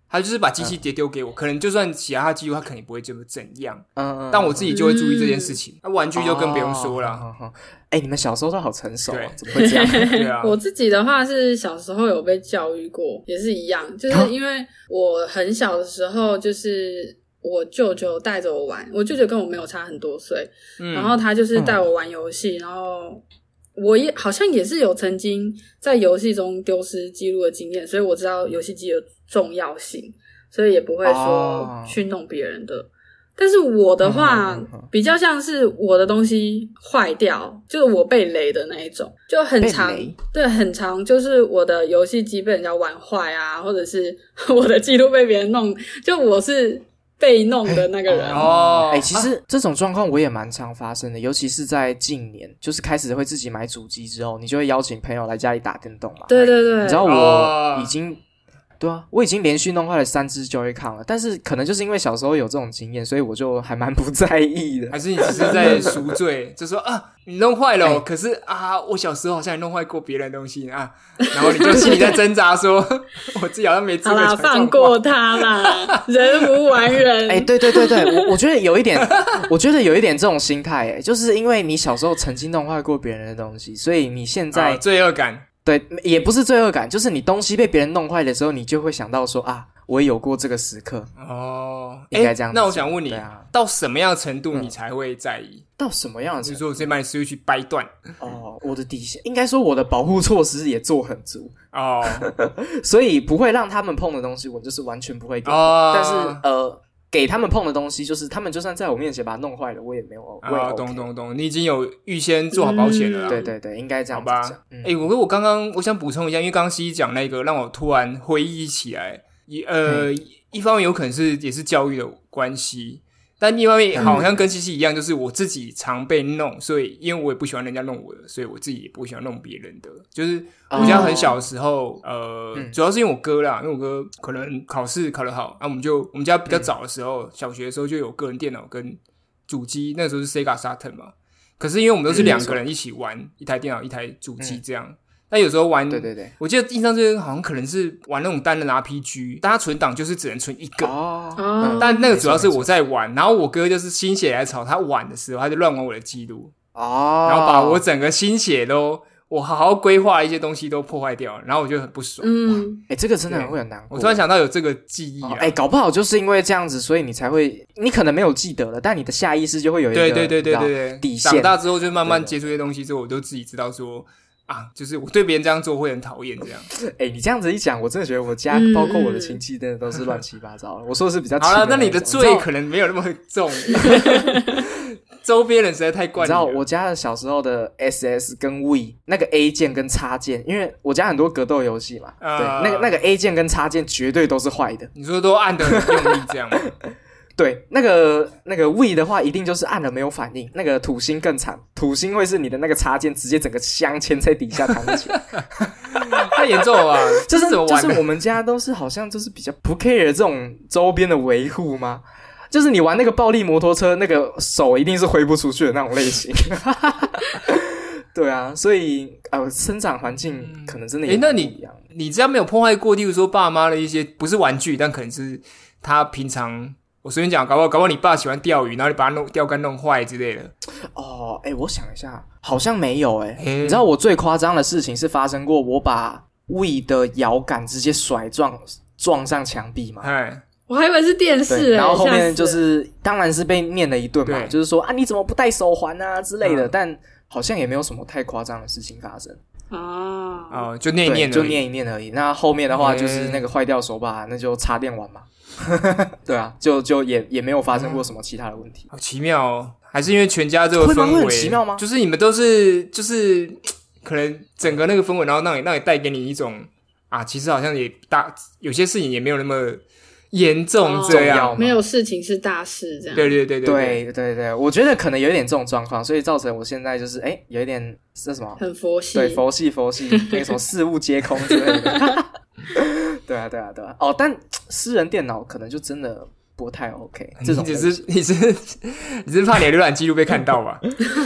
Speaker 1: 他就是把机器直接丢给我，可能就算其他记录，他肯定不会怎么怎样，
Speaker 2: 嗯，嗯
Speaker 1: 但我自己就会注意这件事情。那玩具就更不用说
Speaker 2: 哦
Speaker 1: 了，
Speaker 2: 好好好哎、你们小时候都好成熟、
Speaker 1: 对
Speaker 2: 啊，怎么会这样？
Speaker 1: 对啊。
Speaker 3: 我自己的话是小时候有被教育过，也是一样，
Speaker 2: 啊
Speaker 3: 就是因为我很小的时候，就是我舅舅带着我玩，我舅舅跟我没有差很多岁，
Speaker 1: 嗯
Speaker 3: 然后他就是带我玩游
Speaker 2: 嗯
Speaker 3: 戏，然后我也好像也是有曾经在游戏中丢失记录的经验，所以我知道游戏机的重要性，所以也不会说
Speaker 2: 哦
Speaker 3: 去弄别人的。但是我的话、
Speaker 2: 嗯嗯嗯嗯
Speaker 3: 比较像是我的东西坏掉，就是我被雷的那一种，就很
Speaker 2: 被
Speaker 3: 长
Speaker 2: 雷，
Speaker 3: 对，很长，就是我的游戏机被人家玩坏啊，或者是我的记录被别人弄，就我是被弄的那个人。
Speaker 1: 哦，
Speaker 2: 哎、其实这种状况我也蛮常发生的，尤其是在近年，就是开始会自己买主机之后，你就会邀请朋友来家里打电动嘛。
Speaker 3: 对对对，
Speaker 2: 你知道
Speaker 1: 哦
Speaker 2: 我已经、对啊，我已经连续弄坏了三只 Joy-Con 了，但是可能就是因为小时候有这种经验，所以我就还蛮 不在意的。
Speaker 1: 还是你只是在赎 罪，就说啊，你弄坏
Speaker 2: 哎
Speaker 1: 了哦、可是啊，我小时候好像也弄坏过别人的东西啊，然后你就心里在挣扎说， 我自己好像没资
Speaker 3: 好
Speaker 1: 格
Speaker 3: 啦，
Speaker 1: 讲这种
Speaker 3: 放
Speaker 1: 话
Speaker 3: 过他啦， 人无完人。
Speaker 2: 哎、对对对对，我我觉得有 一点，我觉得有一点这种心态，哎，就是因为你小时候曾经弄坏过别人的东西，所以你现在
Speaker 1: 啊罪恶感。
Speaker 2: 对，也不是罪恶感，就是你东西被别人弄坏的时候，你就会想到说啊，我也有过这个时刻。
Speaker 1: 哦，
Speaker 2: 应该这样
Speaker 1: 诶
Speaker 2: 子
Speaker 1: 那我想问你，
Speaker 2: 对啊
Speaker 1: 到什么样的程
Speaker 2: 嗯
Speaker 1: 度你才会在意？
Speaker 2: 到什么样的
Speaker 1: 就是
Speaker 2: 程度？
Speaker 1: 说我直接把你 s w 去掰 断
Speaker 2: 哦，我的底线应该说我的保护措施也做很足，
Speaker 1: 哦
Speaker 2: 所以不会让他们碰的东西，我就是完全不会给。
Speaker 1: 哦，
Speaker 2: 但是呃，给他们碰的东西，就是他们就算在我面前把它弄坏了，我也没有，我也 OK 嗯
Speaker 1: 啊，懂。懂懂，你已经有预先做好保险了啦。
Speaker 2: 对对对，应该这
Speaker 1: 好
Speaker 2: 样
Speaker 1: 吧
Speaker 2: 子讲。，嗯
Speaker 1: 哎、我我刚刚我想补充一下，因为刚刚西西讲那个，让我突然回忆起来，一呃，一方面有可能是也是教育的关系，但另一方面好像跟西西一样，就是我自己常被弄，所以因为我也不喜欢人家弄我的，所以我自己也不喜欢弄别人的。就是我家很小的时候，呃，
Speaker 2: 哦嗯
Speaker 1: 主要是因为我哥啦，因为我哥可能考试考得好，啊那、我们就我们家比
Speaker 2: 嗯
Speaker 1: 较早的时候，小学的时候就有个人电脑跟主机，那时候是 Sega Saturn 嘛。可是因为我们都是两个人一起玩一台电脑、一台主机这样，那有时候玩，
Speaker 2: 嗯对对对。
Speaker 1: 我记得印象最深好像可能是玩那种单人 RPG，但它存档就是只能存一个。
Speaker 2: 哦
Speaker 3: 哦
Speaker 1: 但那个
Speaker 2: 没错
Speaker 1: 主要是
Speaker 2: 没错
Speaker 1: 我在玩，然后我哥就是心血来潮，他玩的时候他就乱玩我的记录，
Speaker 2: 哦，
Speaker 1: 然后把我整个心血都，我好好规划的一些东西都破坏掉了，然后我就很不爽。
Speaker 3: 嗯，
Speaker 2: 哎，这个真的
Speaker 1: 对
Speaker 2: 会很难过。
Speaker 1: 我突然想到有这个记忆
Speaker 2: 哦
Speaker 1: 啊，
Speaker 2: 哎、搞不好就是因为这样子，所以你才会，你可能没有记得了，但你的下意识就会有一个
Speaker 1: 对对对对
Speaker 2: 你知道
Speaker 1: 对对，
Speaker 2: 底
Speaker 1: 长
Speaker 2: 线。
Speaker 1: 大之后就慢慢
Speaker 2: 对对
Speaker 1: 接触一些东西之后，我就自己知道说啊，就是我对别人这样做会很讨厌这样。
Speaker 2: 哎、你这样子一讲，我真的觉得我家、
Speaker 3: 嗯
Speaker 2: 包括我的亲戚真的都是乱七八糟的。我说的是比较
Speaker 1: 好了，
Speaker 2: 轻
Speaker 1: 那
Speaker 2: 那
Speaker 1: 你的
Speaker 2: 种知
Speaker 1: 罪
Speaker 2: 道
Speaker 1: 可能没有那么 重，周边人实在太
Speaker 2: 你
Speaker 1: 惯
Speaker 2: 知
Speaker 1: 你了
Speaker 2: 道我家的小时候的 SS 跟 V 那个 A 键跟叉键，因为我家很多格斗游戏嘛，
Speaker 1: 啊
Speaker 2: 对，那个那个 A 键跟叉键绝对都是坏的。
Speaker 1: 你说都按的很用力这样吗？
Speaker 2: 对，那个那个 V 的话，一定就是按了没有反应。那个土星更惨，土星会是你的那个插件直接整个镶嵌在底下弹起来。
Speaker 1: 太严重了 吧？这
Speaker 2: 就是
Speaker 1: 怎么
Speaker 2: 就
Speaker 1: 玩
Speaker 2: 是
Speaker 1: 的？
Speaker 2: 我们家都是好像就是比较不 care 这种周边的维护吗？就是你玩那个暴力摩托车，那个手一定是挥不出去的那种类型。 对啊，所以啊、呃生长环境可能真的
Speaker 1: 嗯
Speaker 2: 也
Speaker 1: 诶那
Speaker 2: 蛮不
Speaker 1: 你
Speaker 2: 一样。
Speaker 1: 你这样没有破坏过，例如说爸妈的一些不是玩具，但可能是他平常我随便讲，搞不好搞不好你爸喜欢钓鱼，然后你把它弄钓竿弄坏之类的。
Speaker 2: 哦，哎、我想一下，好像没有哎、
Speaker 1: 嘿
Speaker 2: 你知道我最夸张的事情是发生过，我把 We 的摇杆直接甩撞撞上墙壁嘛。
Speaker 1: 哎，
Speaker 3: 我还以为是电视、
Speaker 2: 对，
Speaker 3: 欸，
Speaker 2: 然后后
Speaker 3: 吓
Speaker 2: 面
Speaker 3: 死
Speaker 2: 就是，当然是被念了一顿嘛，
Speaker 1: 对
Speaker 2: 就是说啊，你怎么不戴手环啊之类的，
Speaker 1: 嗯
Speaker 2: 但好像也没有什么太夸张的事情发生，
Speaker 3: 了啊，
Speaker 1: 哦，就念一
Speaker 2: 对
Speaker 1: 念，
Speaker 2: 就。念一念而已。那后面的话
Speaker 1: 嗯
Speaker 2: 就是那个坏掉手把，那就插电玩嘛。 对啊，就就也也没有发生过什么其他的问题。
Speaker 1: 好奇妙哦，还是因为全家这个
Speaker 2: 会吗
Speaker 1: 氛
Speaker 2: 会
Speaker 1: 围
Speaker 2: 很奇妙吗
Speaker 1: 就是你们都是就是嘖可能整个那个氛围，然后让你让你带给你一种啊，其实好像也大有些事情也没有那么严重
Speaker 3: 哦
Speaker 1: 这
Speaker 2: 重要
Speaker 1: 样。
Speaker 2: 吗
Speaker 3: 没有事情是大事这样。
Speaker 1: 对对对对对，
Speaker 2: 对对对，我觉得可能有一点这种状况，所以造成我现在就是哎，有一点这什么
Speaker 3: 很佛系，
Speaker 2: 对，佛系佛系，那 个什么事物皆空之类的。对啊，对啊，对啊。哦，但私人电脑可能就真的不太 OK。这种
Speaker 1: 你
Speaker 2: 类
Speaker 1: 只是
Speaker 2: 型
Speaker 1: 你是你是怕你的浏览记录被看到吧？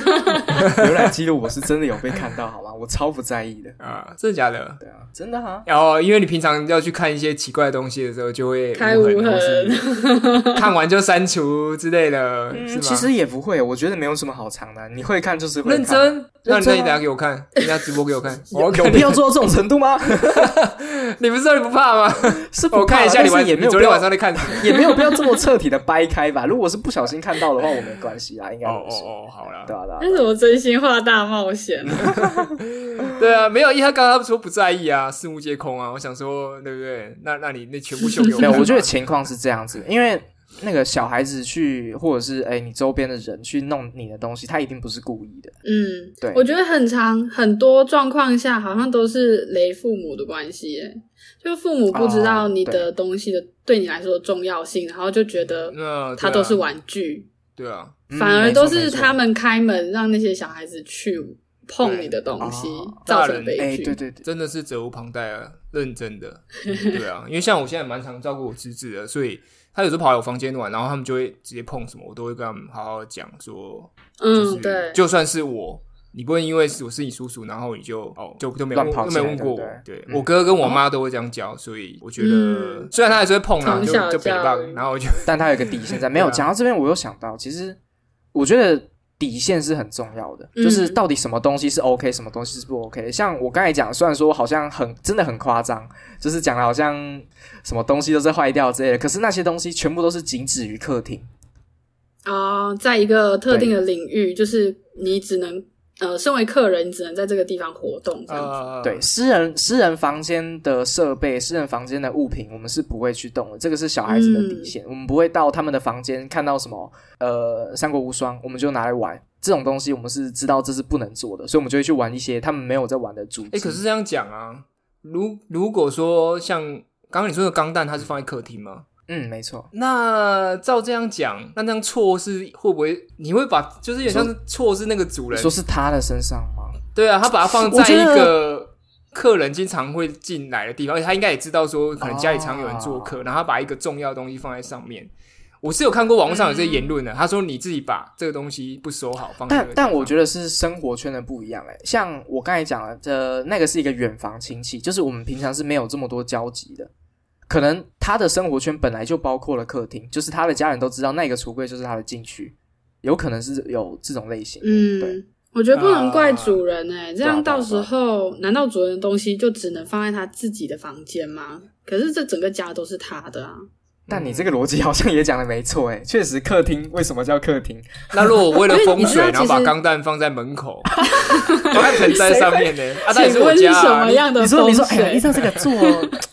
Speaker 2: 浏览记录，我是真的有被看到，好吗？我超不在意的。
Speaker 1: 啊，真的假的？
Speaker 2: 对啊，真的啊。
Speaker 1: 然后，因为你平常要去看一些奇怪的东西的时候，就会
Speaker 3: 开
Speaker 1: 无
Speaker 3: 无
Speaker 1: 痕，或是
Speaker 3: 痕，
Speaker 1: 看完就删除之类的，是吗？
Speaker 2: 嗯其实也不会，我觉得没有什么好藏的。你会看就是会看
Speaker 1: 认，真，那
Speaker 2: 认真
Speaker 1: 你那
Speaker 2: 啊
Speaker 1: 你等一下给我看，等一下直播给我看。我
Speaker 2: 有
Speaker 1: 看
Speaker 2: 有必要做到这种程 度吗？
Speaker 1: 你不是说你不怕吗？
Speaker 2: 是不
Speaker 1: 我看一下
Speaker 2: 怕啦
Speaker 1: 你
Speaker 2: 但
Speaker 1: 晚
Speaker 2: 是也没
Speaker 1: 你
Speaker 2: 有
Speaker 1: 昨天
Speaker 2: 必要
Speaker 1: 晚上在看 什么。
Speaker 2: 也没有必要这么彻底的掰开吧。如果是不小心看到的话，我没关系啊啦，应该
Speaker 1: 哦
Speaker 2: 不是。
Speaker 1: 哦哦，好
Speaker 2: 对
Speaker 1: 了，
Speaker 2: 啊，对啊
Speaker 3: 那
Speaker 2: 对啊。
Speaker 3: 什么真心话大冒险啊？
Speaker 1: 对啊，没有，因为他刚刚说不在意啊，四目皆空啊。我想说，对不对？那那你那全部秀给我
Speaker 2: 没
Speaker 1: 看
Speaker 2: 有，
Speaker 1: 吧。
Speaker 2: 啊我觉得情况是这样子，因为那个小孩子去，或者是哎、你周边的人去弄你的东西，他一定不是故意的。
Speaker 3: 嗯，
Speaker 2: 对
Speaker 3: 我觉得很长很多状况下，好像都是雷父母的关系耶，就父母不知道
Speaker 2: 哦
Speaker 3: 你的东西的对你来说的重要性，然后就觉得
Speaker 1: 嗯，对
Speaker 3: 它
Speaker 1: 啊
Speaker 3: 都是玩具，
Speaker 1: 对啊，
Speaker 2: 嗯
Speaker 3: 反而都是
Speaker 2: 没错
Speaker 3: 他们开门让那些小孩子去碰你的东西
Speaker 2: 对哦，
Speaker 3: 造
Speaker 1: 大
Speaker 3: 成
Speaker 1: 人
Speaker 2: 没错哎、
Speaker 3: 悲剧。
Speaker 2: 对对对，
Speaker 1: 真的是责无旁贷啊，认真的，对啊，因为像我现在蛮常照顾我侄子的，所以他有时候跑来我房间玩，然后他们就会直接碰什么，我都会跟他们好好讲说，就是、
Speaker 3: 嗯，对，
Speaker 1: 就算是我，你不会因为我是你叔叔，然后你就哦就就没有
Speaker 2: 乱跑
Speaker 1: 就
Speaker 2: 起
Speaker 1: 没
Speaker 2: 来
Speaker 1: 有问过我
Speaker 2: 对不，
Speaker 1: 对
Speaker 2: 嗯
Speaker 1: 我哥跟我妈都会这样教，所以我觉得、
Speaker 3: 哦嗯
Speaker 1: 虽然他还是会碰啦，
Speaker 3: 从
Speaker 1: 就
Speaker 3: 小
Speaker 1: 就北
Speaker 3: 教
Speaker 1: 棒，
Speaker 3: 育
Speaker 1: 然后我就
Speaker 2: 但他有一个底线在。没有
Speaker 1: 对啊
Speaker 2: 讲、到这边，我又想到，其实我觉得底线是很重要的，
Speaker 3: 嗯
Speaker 2: 就是到底什么东西是 OK，什么东西是不 OK。像我刚才讲，虽然说好像很真的很夸张，就是讲的好像什么东西都是坏掉之类的，可是那些东西全部都是仅止于客厅。
Speaker 3: 啊、在一个特定的领域，就是你只能呃，身为客人，你只能在这个地方活动这样子。
Speaker 1: 呃
Speaker 2: 对，私人私人房间的设备、私人房间的物品，我们是不会去动的，这个是小孩子的底线。
Speaker 1: 嗯
Speaker 2: 我们不会到他们的房间看到什么呃《三国无双》，我们就拿来玩这种东西，我们是知道这是不能做的，所以我们就会去玩一些他们没有在玩的主机。
Speaker 1: 哎、可是这样讲啊，如如果说像刚刚你说的钢弹，它是放在客厅吗？
Speaker 2: 嗯，没错，
Speaker 1: 那照这样讲，那那样错是会不会？你会把就是有点像是错是那个主
Speaker 2: 你
Speaker 1: 人
Speaker 2: 说，是他的身上吗？
Speaker 1: 对啊，他把它放
Speaker 2: 我
Speaker 1: 在
Speaker 2: 觉
Speaker 1: 一
Speaker 2: 得
Speaker 1: 个客人经常会进来的地方，而且他应该也知道说，可能家里常有人做
Speaker 3: 哦
Speaker 1: 客，然后他把一个重要的东西放在上面。我是有看过网络上有这些言论的，他说你自己把这个东西不收好放在那个
Speaker 2: 但
Speaker 1: 地方，
Speaker 2: 但我觉得是生活圈的不一样哎、像我刚才讲的，呃，那个是一个远房亲戚，就是我们平常是没有这么多交集的。可能他的生活圈本来就包括了客厅，就是他的家人都知道那个橱柜就是他的禁区，有可能是有这种类型。对
Speaker 3: 嗯，我觉得不能怪主人哎、这样
Speaker 2: 对啊
Speaker 3: 到时候难道主人的东西就只能放在他自己的房间吗？可是这整个家都是他的啊。
Speaker 2: 但你这
Speaker 1: 嗯
Speaker 2: 个逻辑好像也讲的没错哎、
Speaker 4: 确实，客厅为什么叫客厅？
Speaker 1: 那如果我为了
Speaker 3: 因为你
Speaker 1: 风
Speaker 3: 知
Speaker 1: 水，
Speaker 3: 道
Speaker 1: 然后
Speaker 3: 其
Speaker 1: 把
Speaker 3: 实
Speaker 1: 钢弹放在门 口，放在盆栽上面呢？啊，那也是
Speaker 3: 请
Speaker 1: 我
Speaker 3: 问是
Speaker 1: 家、
Speaker 3: 什
Speaker 1: 啊
Speaker 3: 么，样的
Speaker 2: 你说
Speaker 3: 风
Speaker 2: 你说，哎、呀，
Speaker 3: 水
Speaker 2: 依？照这个坐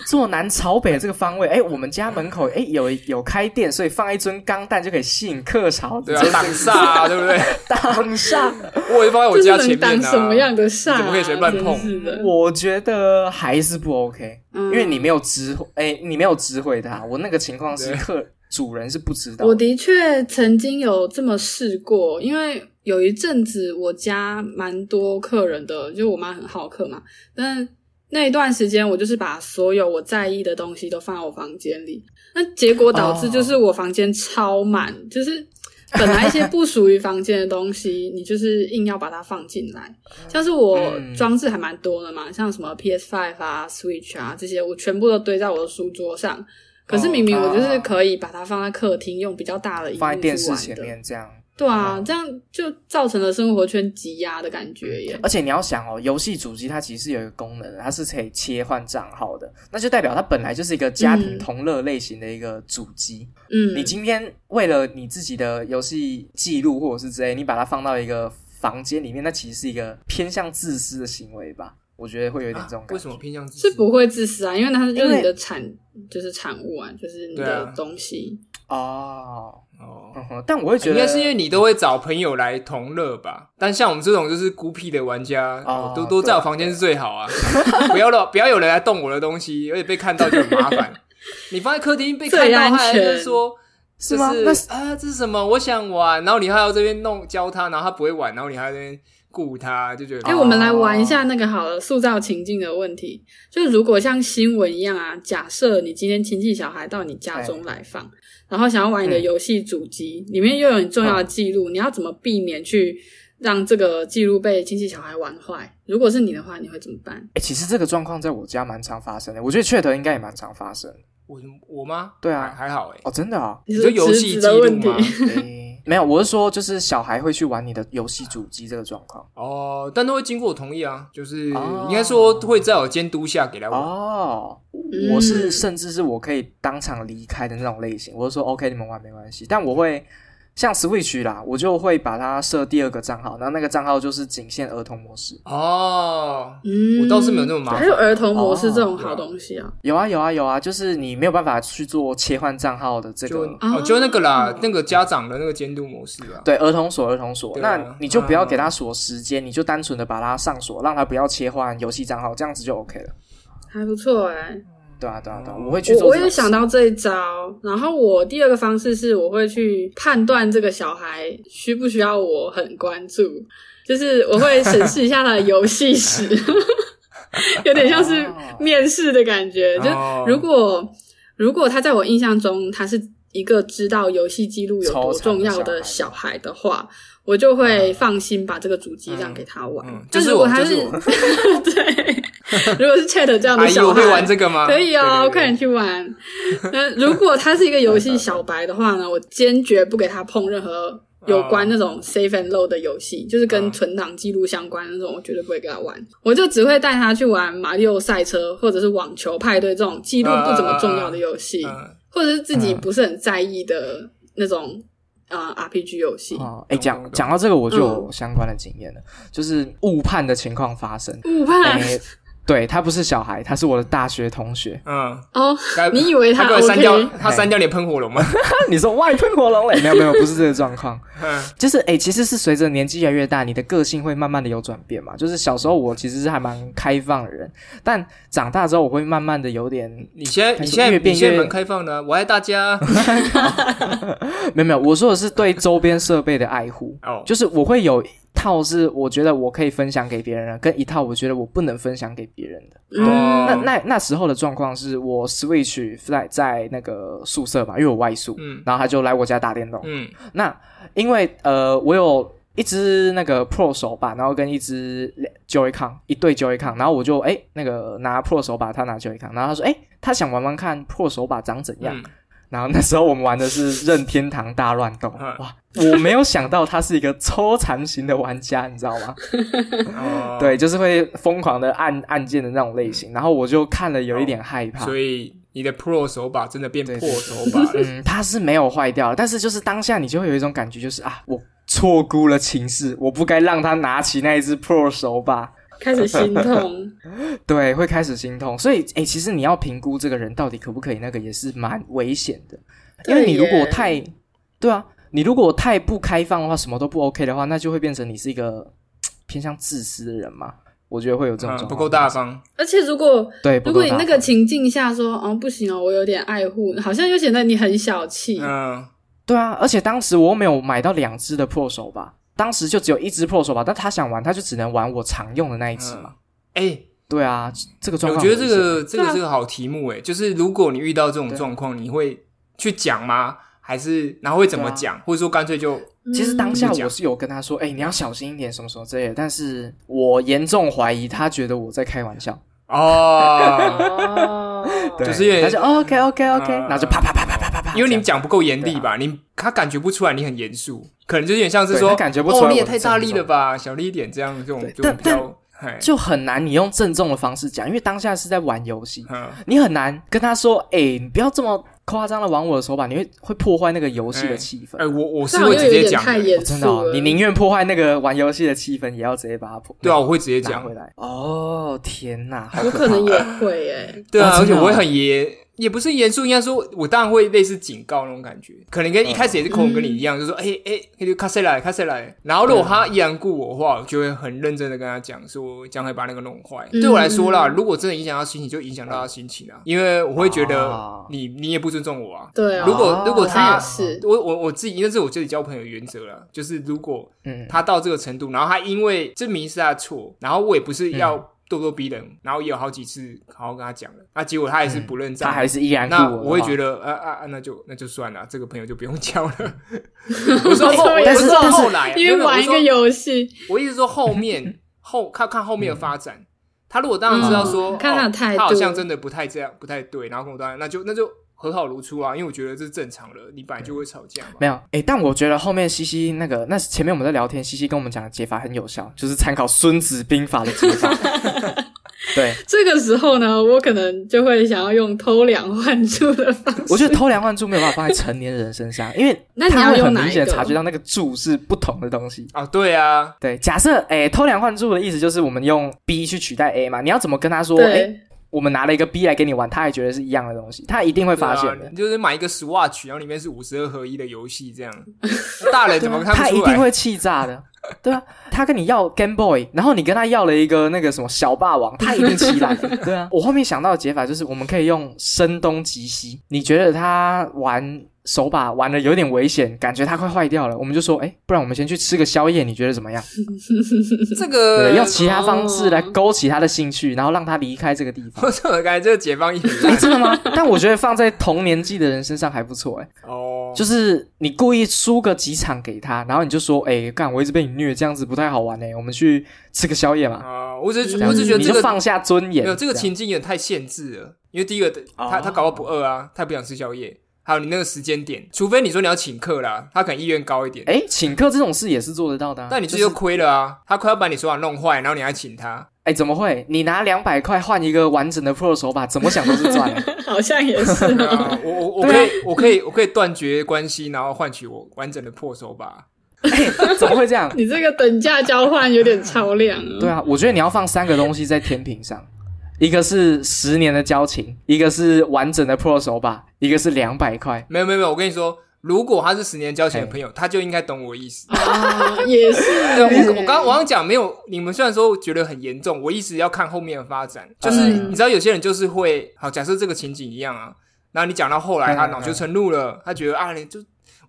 Speaker 2: 坐南朝北这个方位，哎、我们家门口哎、有有开店，所以放一尊钢蛋就可以吸引客潮，
Speaker 1: 对啊，挡煞、啊，对不 对？
Speaker 2: 挡煞。
Speaker 1: 我也放在我
Speaker 3: 这
Speaker 1: 家
Speaker 3: 是
Speaker 1: 前
Speaker 3: 能
Speaker 1: 面啊。
Speaker 3: 挡什么样的煞、啊？
Speaker 1: 你怎么可以随便乱碰
Speaker 3: 真是的，
Speaker 2: 我觉得还是不 OK，、
Speaker 3: 嗯
Speaker 2: 因为你没有知会，哎、你没有知会他。我那个情况是
Speaker 1: 对
Speaker 2: 客主人是不知道
Speaker 3: 我
Speaker 2: 的，
Speaker 3: 的确曾经有这么试过，因为有一阵子我家蛮多客人的，就我妈很好客嘛。但那一段时间，我就是把所有我在意的
Speaker 2: 哦
Speaker 3: 东西都放在我房间里，那结果导致就是我房间超满，就是本来一些不属于房间的东西，你就是硬要把它放进来。
Speaker 2: 嗯
Speaker 3: 像是我装置还蛮多的嘛，像什么 PS Five 啊、Switch 啊这些，我全部都堆在我的书桌上。可是明明我
Speaker 2: 哦
Speaker 3: 就是可以把它放在客厅，用比较大的荧幕
Speaker 2: 放在电
Speaker 3: 去
Speaker 2: 视
Speaker 3: 玩
Speaker 2: 前
Speaker 3: 的。
Speaker 2: 面嗯这样。
Speaker 3: 对啊，这样就造成了生活圈挤压的感觉耶。
Speaker 2: 而且你要想哦，游戏主机它其实是有一个功能的，它是可以切换账号的，那就代表它本来就是一个家庭
Speaker 3: 嗯
Speaker 2: 同乐类型的一个主机。
Speaker 3: 嗯，
Speaker 2: 你今天为了你自己的游戏记录或者是之类，你把它放到一个房间里面，那其实是一个偏向自私的行为吧？我觉得会有一点这种感
Speaker 1: 啊
Speaker 2: 觉。
Speaker 1: 为什么？偏向自私
Speaker 3: 是不会自私啊，因为它就
Speaker 2: 因
Speaker 3: 是
Speaker 2: 为
Speaker 3: 你的产，就是产物啊，就是你
Speaker 1: 对
Speaker 3: 的
Speaker 1: 啊
Speaker 3: 东西。
Speaker 2: 哦，
Speaker 1: 哦？
Speaker 2: 嗯哼但我会觉
Speaker 1: 应
Speaker 2: 得
Speaker 1: 该是因为你都会找朋友来同乐吧，但像我们这种就是孤僻的玩家，
Speaker 2: 哦
Speaker 1: 都都在我房间是最好啊，不要了，不要有人来动我的东西，而且被看到就很麻烦。你放在客厅被看
Speaker 3: 最
Speaker 1: 到，
Speaker 3: 安
Speaker 1: 他还
Speaker 3: 全
Speaker 1: 是说。
Speaker 2: 是
Speaker 1: 就
Speaker 2: 吗
Speaker 1: 是
Speaker 2: 那是
Speaker 1: 啊，这是什么？我想玩，然后你还要这边弄教他，然后他不会玩，然后你还要这边顾他，就觉得啊
Speaker 3: 哎、我们来玩一下那个好了，塑造情境的问题。就是如果像新闻一样啊，假设你今天亲戚小孩到你家中来访，然后想要玩你的游戏主机，里面又有你重要的记录，你要怎么避免去让这个记录被亲戚小孩玩坏？如果是你的话，你会怎么办？
Speaker 2: 哎、其实这个状况在我家蛮常发生的，我觉得雀头应该也蛮常发生的
Speaker 1: 我我吗？
Speaker 2: 对啊
Speaker 1: 还还好哎、
Speaker 2: 哦，真的啊、
Speaker 3: 你
Speaker 1: 你说
Speaker 3: 是
Speaker 1: 游
Speaker 3: 侄
Speaker 1: 戏记
Speaker 3: 子的
Speaker 1: 录
Speaker 3: 问题嗯
Speaker 1: 吗？？
Speaker 2: 诶没有，我是说，就是小孩会去玩你的游戏主机这个状况。
Speaker 1: 哦，但都会经过我同意啊，就是
Speaker 2: 哦
Speaker 1: 应该说会在我监督下给他玩。
Speaker 2: 哦，
Speaker 3: 嗯
Speaker 2: 我是甚至是我可以当场离开的那种类型。我是说，OK，你们玩没关系，但我会像 Switch 啦，我就会把它设第二个账号，然后那个账号就是仅限儿童模式。
Speaker 1: 哦，
Speaker 3: 嗯
Speaker 1: 我倒是没有那么麻烦
Speaker 3: 还有儿童模式这种
Speaker 2: 哦
Speaker 3: 好东西啊，
Speaker 2: 有啊有啊有啊，就是你没有办法去做切换账号的这
Speaker 1: 就
Speaker 2: 个。
Speaker 3: 啊
Speaker 1: 哦就那个啦，那个家长的那个监督模式啊吧。
Speaker 2: 对儿童锁，儿童锁，
Speaker 1: 对啊
Speaker 2: 那你就不要给他锁时间，你就单纯的把它上锁，让他不要切换游戏账号，这样子就 OK 了。
Speaker 3: 还不错哎、
Speaker 2: 对啊，对啊，对啊，我会去
Speaker 3: 我
Speaker 2: 做。
Speaker 3: 我有想，到这一招，然后我第二个方式是我会去判断这个小孩需不需要我很关注，就是我会审视一下他的游 戏史，有点像是面试的感觉。就
Speaker 1: 哦
Speaker 3: 如果如果他在我印象中他是一个知道游戏记录有多重要的小孩的话，我就会放心把这个主机让给他玩。
Speaker 1: 嗯嗯就
Speaker 3: 但
Speaker 1: 是
Speaker 3: 如果
Speaker 1: 我
Speaker 3: 他
Speaker 1: 就是
Speaker 3: 是
Speaker 1: 我
Speaker 3: 对， 如果是 Chat 这样的
Speaker 1: 阿姨，
Speaker 3: 小
Speaker 1: 我
Speaker 3: 孩，
Speaker 1: 会玩这个吗？
Speaker 3: 可以哦，
Speaker 1: 啊对
Speaker 3: 快
Speaker 1: 对
Speaker 3: 点。
Speaker 1: 对
Speaker 3: 去玩。 那如果他是一个游戏小白的话呢，我坚决不给他碰任何有关那
Speaker 1: 啊
Speaker 3: 种 save and load 的游戏，就是跟
Speaker 1: 嗯
Speaker 3: 存档记录相关的那种，我绝对不会给他玩。我就只会带他去玩马里奥赛车或者是网球派对这种记录不怎么重要的游戏，
Speaker 1: 嗯，
Speaker 3: 或者是自己不是很在意的那种呃 RPG 游戏。
Speaker 2: 哦，哎，
Speaker 1: 懂懂
Speaker 2: 讲
Speaker 1: 懂
Speaker 2: 讲到这个，我就有相关的经验了，就是误判的情况发生。
Speaker 3: 误判
Speaker 2: 哎，对他不是小孩，他是我的大学同学。
Speaker 1: 嗯，
Speaker 3: 哦，
Speaker 1: 该
Speaker 3: 你以为
Speaker 1: 他
Speaker 3: 他
Speaker 1: 给我
Speaker 3: OK？
Speaker 1: 删掉，他删掉你的喷火龙吗？
Speaker 2: 你说外喷火龙嘞？没有没有，不是这个状况。
Speaker 1: 嗯
Speaker 2: 就是哎、欸其实是随着年纪越来越大，你的个性会慢慢的有转变嘛。就是小时候我其实是还蛮开放的人，但长大之后我会慢慢的有点，
Speaker 1: 你现在
Speaker 2: 开始
Speaker 1: 你现在
Speaker 2: 越变
Speaker 1: 你现在
Speaker 2: 越
Speaker 1: 蛮开放的啊，我爱大家。
Speaker 2: 没有没有，我说的是对周边设备的爱护，
Speaker 1: 哦，
Speaker 2: 就是我会有一套是我觉得我可以分享给别人的，跟一套我觉得我不能分享给别人的。
Speaker 1: 哦
Speaker 3: 嗯
Speaker 2: 那那那时候的状况是我 Switch 在在那个宿舍嘛，因为我外宿，
Speaker 1: 嗯
Speaker 2: 然后他就来我家打电动，
Speaker 1: 嗯
Speaker 2: 那因为呃，我有一只那个 Pro 手把，然后跟一只 Joy-Con 一对 Joy-Con，然后我就哎、那个拿 Pro 手把，他拿 Joy-Con，然后他说哎、他想玩玩看 Pro 手把长怎样。
Speaker 1: 嗯，
Speaker 2: 然后那时候我们玩的是任天堂大乱斗，
Speaker 1: 嗯
Speaker 2: 哇！我没有想到他是一个抽残型的玩家，你知道吗？
Speaker 1: 哦，嗯
Speaker 2: 对，就是会疯狂的按按键的那种类型。然后我就看了有一点害怕，
Speaker 1: 哦所以你的 Pro 手把真的变
Speaker 2: 对
Speaker 1: 破
Speaker 2: 对
Speaker 1: 手把了。
Speaker 2: 嗯，它是没有坏掉的，但是就是当下你就会有一种感觉，就是啊，我错估了情势，我不该让他拿起那一只 Pro 手把，
Speaker 3: 开始心痛。
Speaker 2: 对，会开始心痛。所以，诶、其实你要评估这个人到底可不可以，那个也是蛮危险的，因为
Speaker 3: 对
Speaker 2: 你如果
Speaker 3: 耶
Speaker 2: 太，对啊，你如果太不开放的话，什么都不 OK 的话，那就会变成你是一个嘖偏向自私的人嘛。我觉得会有这种
Speaker 1: 嗯
Speaker 2: 状况、
Speaker 1: 不够大，方，
Speaker 3: 而且如果
Speaker 2: 对，不
Speaker 3: 如
Speaker 2: 够
Speaker 3: 果
Speaker 2: 大
Speaker 3: 你
Speaker 2: 方。
Speaker 3: 那个情境下说，哦，不行哦，我有点爱护，好像又显得你很小气。
Speaker 1: 嗯，
Speaker 2: 对啊，而且当时我又没有买到两只的破手吧，当时就只有一只破手吧，但他想玩，他就只能玩我常用的那一只嘛。
Speaker 1: 哎，
Speaker 2: 对啊，这个状
Speaker 1: 我
Speaker 2: 况
Speaker 1: 觉
Speaker 2: 很
Speaker 1: 得
Speaker 2: 危
Speaker 1: 这
Speaker 2: 险，
Speaker 1: 个这
Speaker 3: 对
Speaker 1: 个
Speaker 3: 啊
Speaker 1: 哎是个好题目诶，就是如果你遇到这种
Speaker 2: 对啊
Speaker 1: 状况，你会去讲吗？还是然后会怎么讲，或者说干脆就
Speaker 2: 其实当下
Speaker 1: 嗯
Speaker 2: 我是有跟他说，哎、你要小心一点，什么什么之类的。但是我严重怀疑他觉得我在开玩笑，
Speaker 1: 哦，
Speaker 3: 哦，
Speaker 2: 对
Speaker 1: 就是有点
Speaker 2: 他就 OK OK OK，、
Speaker 1: 嗯
Speaker 2: 然后就啪啪啪啪啪啪 啪，
Speaker 1: 因为你们
Speaker 2: 这样
Speaker 1: 讲不够严厉吧？你他感觉不出来你很严肃，可能就有点像是
Speaker 2: 啊对
Speaker 1: 说
Speaker 2: 他感觉不出来
Speaker 1: 哦，你也
Speaker 2: 我
Speaker 1: 太
Speaker 2: 是
Speaker 1: 大力
Speaker 2: 这
Speaker 1: 了
Speaker 2: 种
Speaker 1: 吧，小力一点这样这种
Speaker 2: 对
Speaker 1: 就
Speaker 2: 但
Speaker 1: 比较嗨
Speaker 2: 就很难，你用郑重的方式讲，因为当下是在玩游戏，
Speaker 1: 嗯
Speaker 2: 你很难跟他说，哎、你不要这么夸张的玩我的手把，你会会破坏那个游戏的气氛。
Speaker 1: 哎，我我是
Speaker 3: 这好
Speaker 1: 会
Speaker 3: 像
Speaker 1: 直
Speaker 3: 有
Speaker 1: 接
Speaker 3: 点
Speaker 1: 讲
Speaker 3: 太
Speaker 1: 的，
Speaker 3: 严
Speaker 2: 哦
Speaker 3: 肃
Speaker 2: 真的哦、
Speaker 3: 了。
Speaker 2: 你宁愿破坏那个玩游戏的气氛，也要直接把它破。
Speaker 1: 啊对啊，我会直接
Speaker 2: 拿
Speaker 1: 讲
Speaker 2: 回，来。哦，天哪，好
Speaker 3: 我
Speaker 2: 可
Speaker 3: 可
Speaker 2: 怕
Speaker 3: 能也会诶、
Speaker 1: 对啊，
Speaker 2: 哦
Speaker 1: 而
Speaker 2: 真
Speaker 1: 且
Speaker 2: 的
Speaker 1: 我会
Speaker 2: 哦
Speaker 1: 很严，也不是严肃，应该说，我当然会类似警告那种感觉，可能跟一开始也是口吻跟你一样，就说，哎哎，那就卡塞来，卡塞来。然后如果他依然顾我的话，我就会很认真的跟他讲说，将会把那个弄坏。
Speaker 3: 嗯
Speaker 1: 对我来说啦，如果真的影响到心情，就影响到他心情啊，因为我会觉得
Speaker 2: 哦
Speaker 1: 你你也不尊重我啊。
Speaker 3: 对啊，
Speaker 1: 如果如果
Speaker 3: 好像
Speaker 1: 他
Speaker 3: 也是，
Speaker 1: 我我我自己，那是我自己交朋友的原则了，就是如果
Speaker 2: 嗯，
Speaker 1: 他到这个程度，然后他因为这明明是他的错，然后我也不是要
Speaker 2: 嗯
Speaker 1: 咄咄逼人，然后也有好几次好好跟他讲了，那结果他还是不认账，
Speaker 2: 嗯他还是依然
Speaker 1: 那
Speaker 2: 顾
Speaker 1: 我会觉
Speaker 2: 得，
Speaker 1: 得啊啊啊，那就那就算了，这个朋友就不用交 了。我说后，
Speaker 3: 但是
Speaker 1: 我说
Speaker 2: 但是
Speaker 1: 后来，啊
Speaker 3: 因
Speaker 1: 没有
Speaker 3: 为
Speaker 1: 没有
Speaker 3: 玩一个，游戏，
Speaker 1: 我说我一直说 后面后看看后面
Speaker 2: 嗯
Speaker 1: 的发展。他如果当然知道说，
Speaker 3: 嗯看他的
Speaker 1: 哦
Speaker 3: 态度
Speaker 1: 他好像真的不太这样，不太对，然后跟我道歉，那就那就和好如初啊，因为我觉得这是正常的，你本来就会吵架嘛。
Speaker 2: 没有，诶，但我觉得后面西西那个，那前面我们在聊天，西西跟我们讲的解法很有效，就是参考《孙子兵法》的解法。 对，
Speaker 3: 这个时候呢，我可能就会想要用偷梁换柱的方式。
Speaker 2: 我觉得偷梁换柱没有办法放在成年人身 上，因为
Speaker 3: 那你
Speaker 2: 他
Speaker 3: 要
Speaker 2: 会
Speaker 3: 用
Speaker 2: 很
Speaker 3: 哪
Speaker 2: 明
Speaker 3: 一
Speaker 2: 显的
Speaker 3: 个
Speaker 2: 察觉到那个柱是不同的东西。
Speaker 1: 啊，对啊，
Speaker 2: 对，假设诶，偷梁换柱的意思就是我们用 B 去取代 A 嘛，你要怎么跟他说？诶，
Speaker 3: 对，
Speaker 2: 我们拿了一个 B 来给你玩，他还觉得是一样的东西，他一定会发现
Speaker 1: 对啊
Speaker 2: 的。
Speaker 1: 你就是买一个 Swatch，然后里面是五十二合一的游戏这 样，大人怎么看
Speaker 2: 啊他
Speaker 1: 不
Speaker 2: 一
Speaker 1: 出
Speaker 2: 定
Speaker 1: 来？
Speaker 2: 会气炸 的，对啊，他跟你要 Game Boy，然后你跟他要了一个那个什么小霸王，他一定气 烂的。对啊，我后面想到的解法就是，我们可以用声东击西。你觉得他玩手把玩的有点危险，感觉他快坏掉了，我们就说，哎，不然我们先去吃个宵夜，你觉得怎么样？
Speaker 1: 这个
Speaker 2: 对，用其他方式来
Speaker 3: 哦
Speaker 2: 勾起他的兴趣，然后让他离开这个地 方。
Speaker 1: 我怎么感觉这个解放一
Speaker 2: 哎，真的吗？但我觉得放在同年纪的人身上还不错、哎。
Speaker 1: 哦，
Speaker 2: 就是你故意输个几场给他，然后你就说：“哎、干，我一直被你虐，这样子不太好玩欸呢、我们去吃个宵夜嘛。
Speaker 1: 啊，我只
Speaker 2: 这
Speaker 1: 是
Speaker 2: 样
Speaker 1: 我
Speaker 2: 子
Speaker 1: 只觉得
Speaker 2: 你
Speaker 1: 这
Speaker 2: 就
Speaker 1: 个
Speaker 2: 放下尊严，
Speaker 1: 没有这个
Speaker 2: 样
Speaker 1: 情境有点太限制了，因为第一个他他搞不好不饿啊，他也不想吃宵夜，还有你那个时间点，除非你说你要请客啦，他可能意愿高一点。
Speaker 2: 哎、请客这种事也是做得到的、啊。
Speaker 1: 但你自
Speaker 2: 就
Speaker 1: 己
Speaker 2: 是
Speaker 1: 就亏了啊！他快要把你手法弄坏，然后你还请他，
Speaker 2: 哎、怎么会？你拿两百块换一个完整的 Pro 手把，怎么想都是赚、 啊。
Speaker 3: 好像也是
Speaker 1: 对
Speaker 3: 哦。
Speaker 1: 啊我我我可以我可以我可以断绝关系，然后换取我完整的破手把。
Speaker 2: 哎怎么会这
Speaker 1: 嗯
Speaker 2: 样？
Speaker 3: 你这个等价交换有点超量啊。
Speaker 2: 对啊，我觉得你要放三个东西在天平上，一个是十年的交情，一个是完整的 Pro 手把，一个是两百块。
Speaker 1: 没有没有没有，我跟你说，如果他是十年交情的朋友，他就应该懂我意思。
Speaker 3: 啊，也是。
Speaker 1: 对， 我我刚刚我刚讲没有，你们虽然说觉得很严重，我一直要看后面的发展。就是
Speaker 3: 嗯
Speaker 1: 你知道，有些人就是会，好，假设这个情景一样啊，然后你讲到后来，
Speaker 2: 嗯
Speaker 1: 他恼羞成怒了，他觉得啊，你就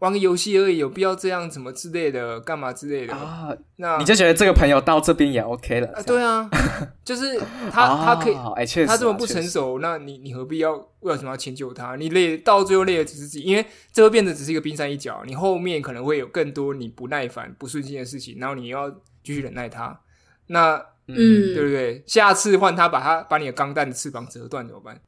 Speaker 1: 玩个游戏而已，有必要这样什么之类的，干嘛之类的？
Speaker 2: 啊，
Speaker 1: 那
Speaker 2: 你就觉得这个朋友到这边也 OK 了
Speaker 1: 啊，，
Speaker 2: 这样
Speaker 1: 对 啊，就是他他可以。
Speaker 2: 哦哎，确实啊
Speaker 1: 他这么不成
Speaker 2: 确实
Speaker 1: 熟，那你你何必要为了什么要迁就他？你累到最后累的只是自己，因为这会变得只是一个冰山一角，你后面可能会有更多你不耐烦、不顺心的事情，然后你又要继续忍耐他，那对
Speaker 3: 嗯，
Speaker 1: 不对？下次换他把他把你的钢弹的翅膀折断怎么办？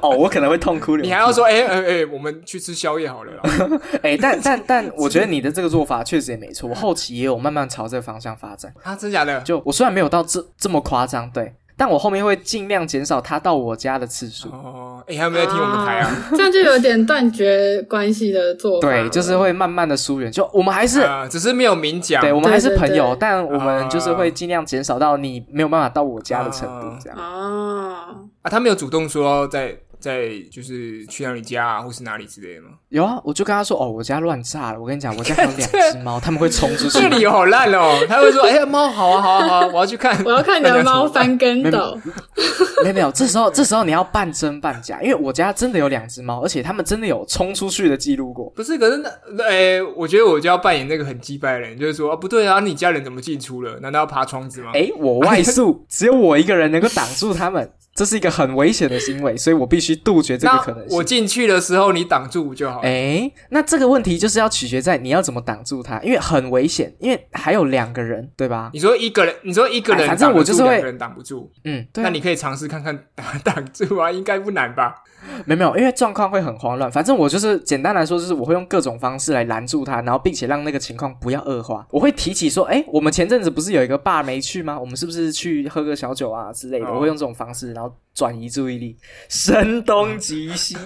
Speaker 2: 哦，我可能会痛哭流涕。
Speaker 1: 你还要说，哎哎哎，我们去吃宵夜好了啦。啊
Speaker 2: 哎、但但但，我觉得你的这个做法确实也没错。我后期也有慢慢朝这个方向发展。
Speaker 1: 啊，真假的？
Speaker 2: 就我虽然没有到这这么夸张，对，但我后面会尽量减少他到我家的次数。
Speaker 1: 哦，哎，还有没有在听我们台啊？
Speaker 3: 哦这样就有点断绝关系的做法。
Speaker 2: 对，就是会慢慢的疏远。就我们还是、
Speaker 1: 啊只是没有明讲。
Speaker 2: 对，我们还是朋友，
Speaker 3: 对对对
Speaker 2: 但我们就是会尽量减少到你没有办法到我家的程度
Speaker 1: 啊，
Speaker 2: 这样。
Speaker 3: 哦，
Speaker 1: 啊，他没有主动说在在就是去到你家啊，或是哪里之类的吗？
Speaker 2: 有啊，我就跟他说，哦，我家乱炸了。我跟你讲，我家还有 两只猫，他们会冲出去。
Speaker 1: 这理由好烂哦！他会说：“哎、猫好啊，好啊，好啊，我要去看。”
Speaker 3: 我要看你
Speaker 1: 那你要
Speaker 3: 的猫
Speaker 1: 怎么办。
Speaker 3: 翻 跟斗。
Speaker 2: 没有没有，这时候这时候你要半真半假，因为我家真的有两只猫，而且它们真的有冲出去的记录过。
Speaker 1: 不是，可是那，哎、我觉得我就要扮演那个很鸡掰的人，就是说，啊，不对啊，你家人怎么进出了？难道要爬窗子吗？
Speaker 2: 哎，我外宿，只有我一个人能够挡住它们。这是一个很危险的行为，所以我必须杜绝这个可能
Speaker 1: 那
Speaker 2: 性
Speaker 1: 我。进去的时候你挡住就好了。
Speaker 2: 哎，那这个问题就是要取决在你要怎么挡住他，因为很危险，因为还有两个人，对吧？
Speaker 1: 你说一个人，你说一个人
Speaker 2: 哎
Speaker 1: 挡得住，
Speaker 2: 反正我就是会
Speaker 1: 两个人挡不住，
Speaker 2: 嗯，对啊、
Speaker 1: 那你可以尝试看看 挡挡住啊，应该不难 吧？
Speaker 2: 没有没有，因为状况会很慌乱。反正我就是简单来说，就是我会用各种方式来拦住他，然后并且让那个情况不要恶化。我会提起说，哎，我们前阵子不是有一个爸没去吗？我们是不是去喝个小酒啊之类的？
Speaker 1: 哦
Speaker 2: 我会用这种方式，然后转移注意力，声东击西。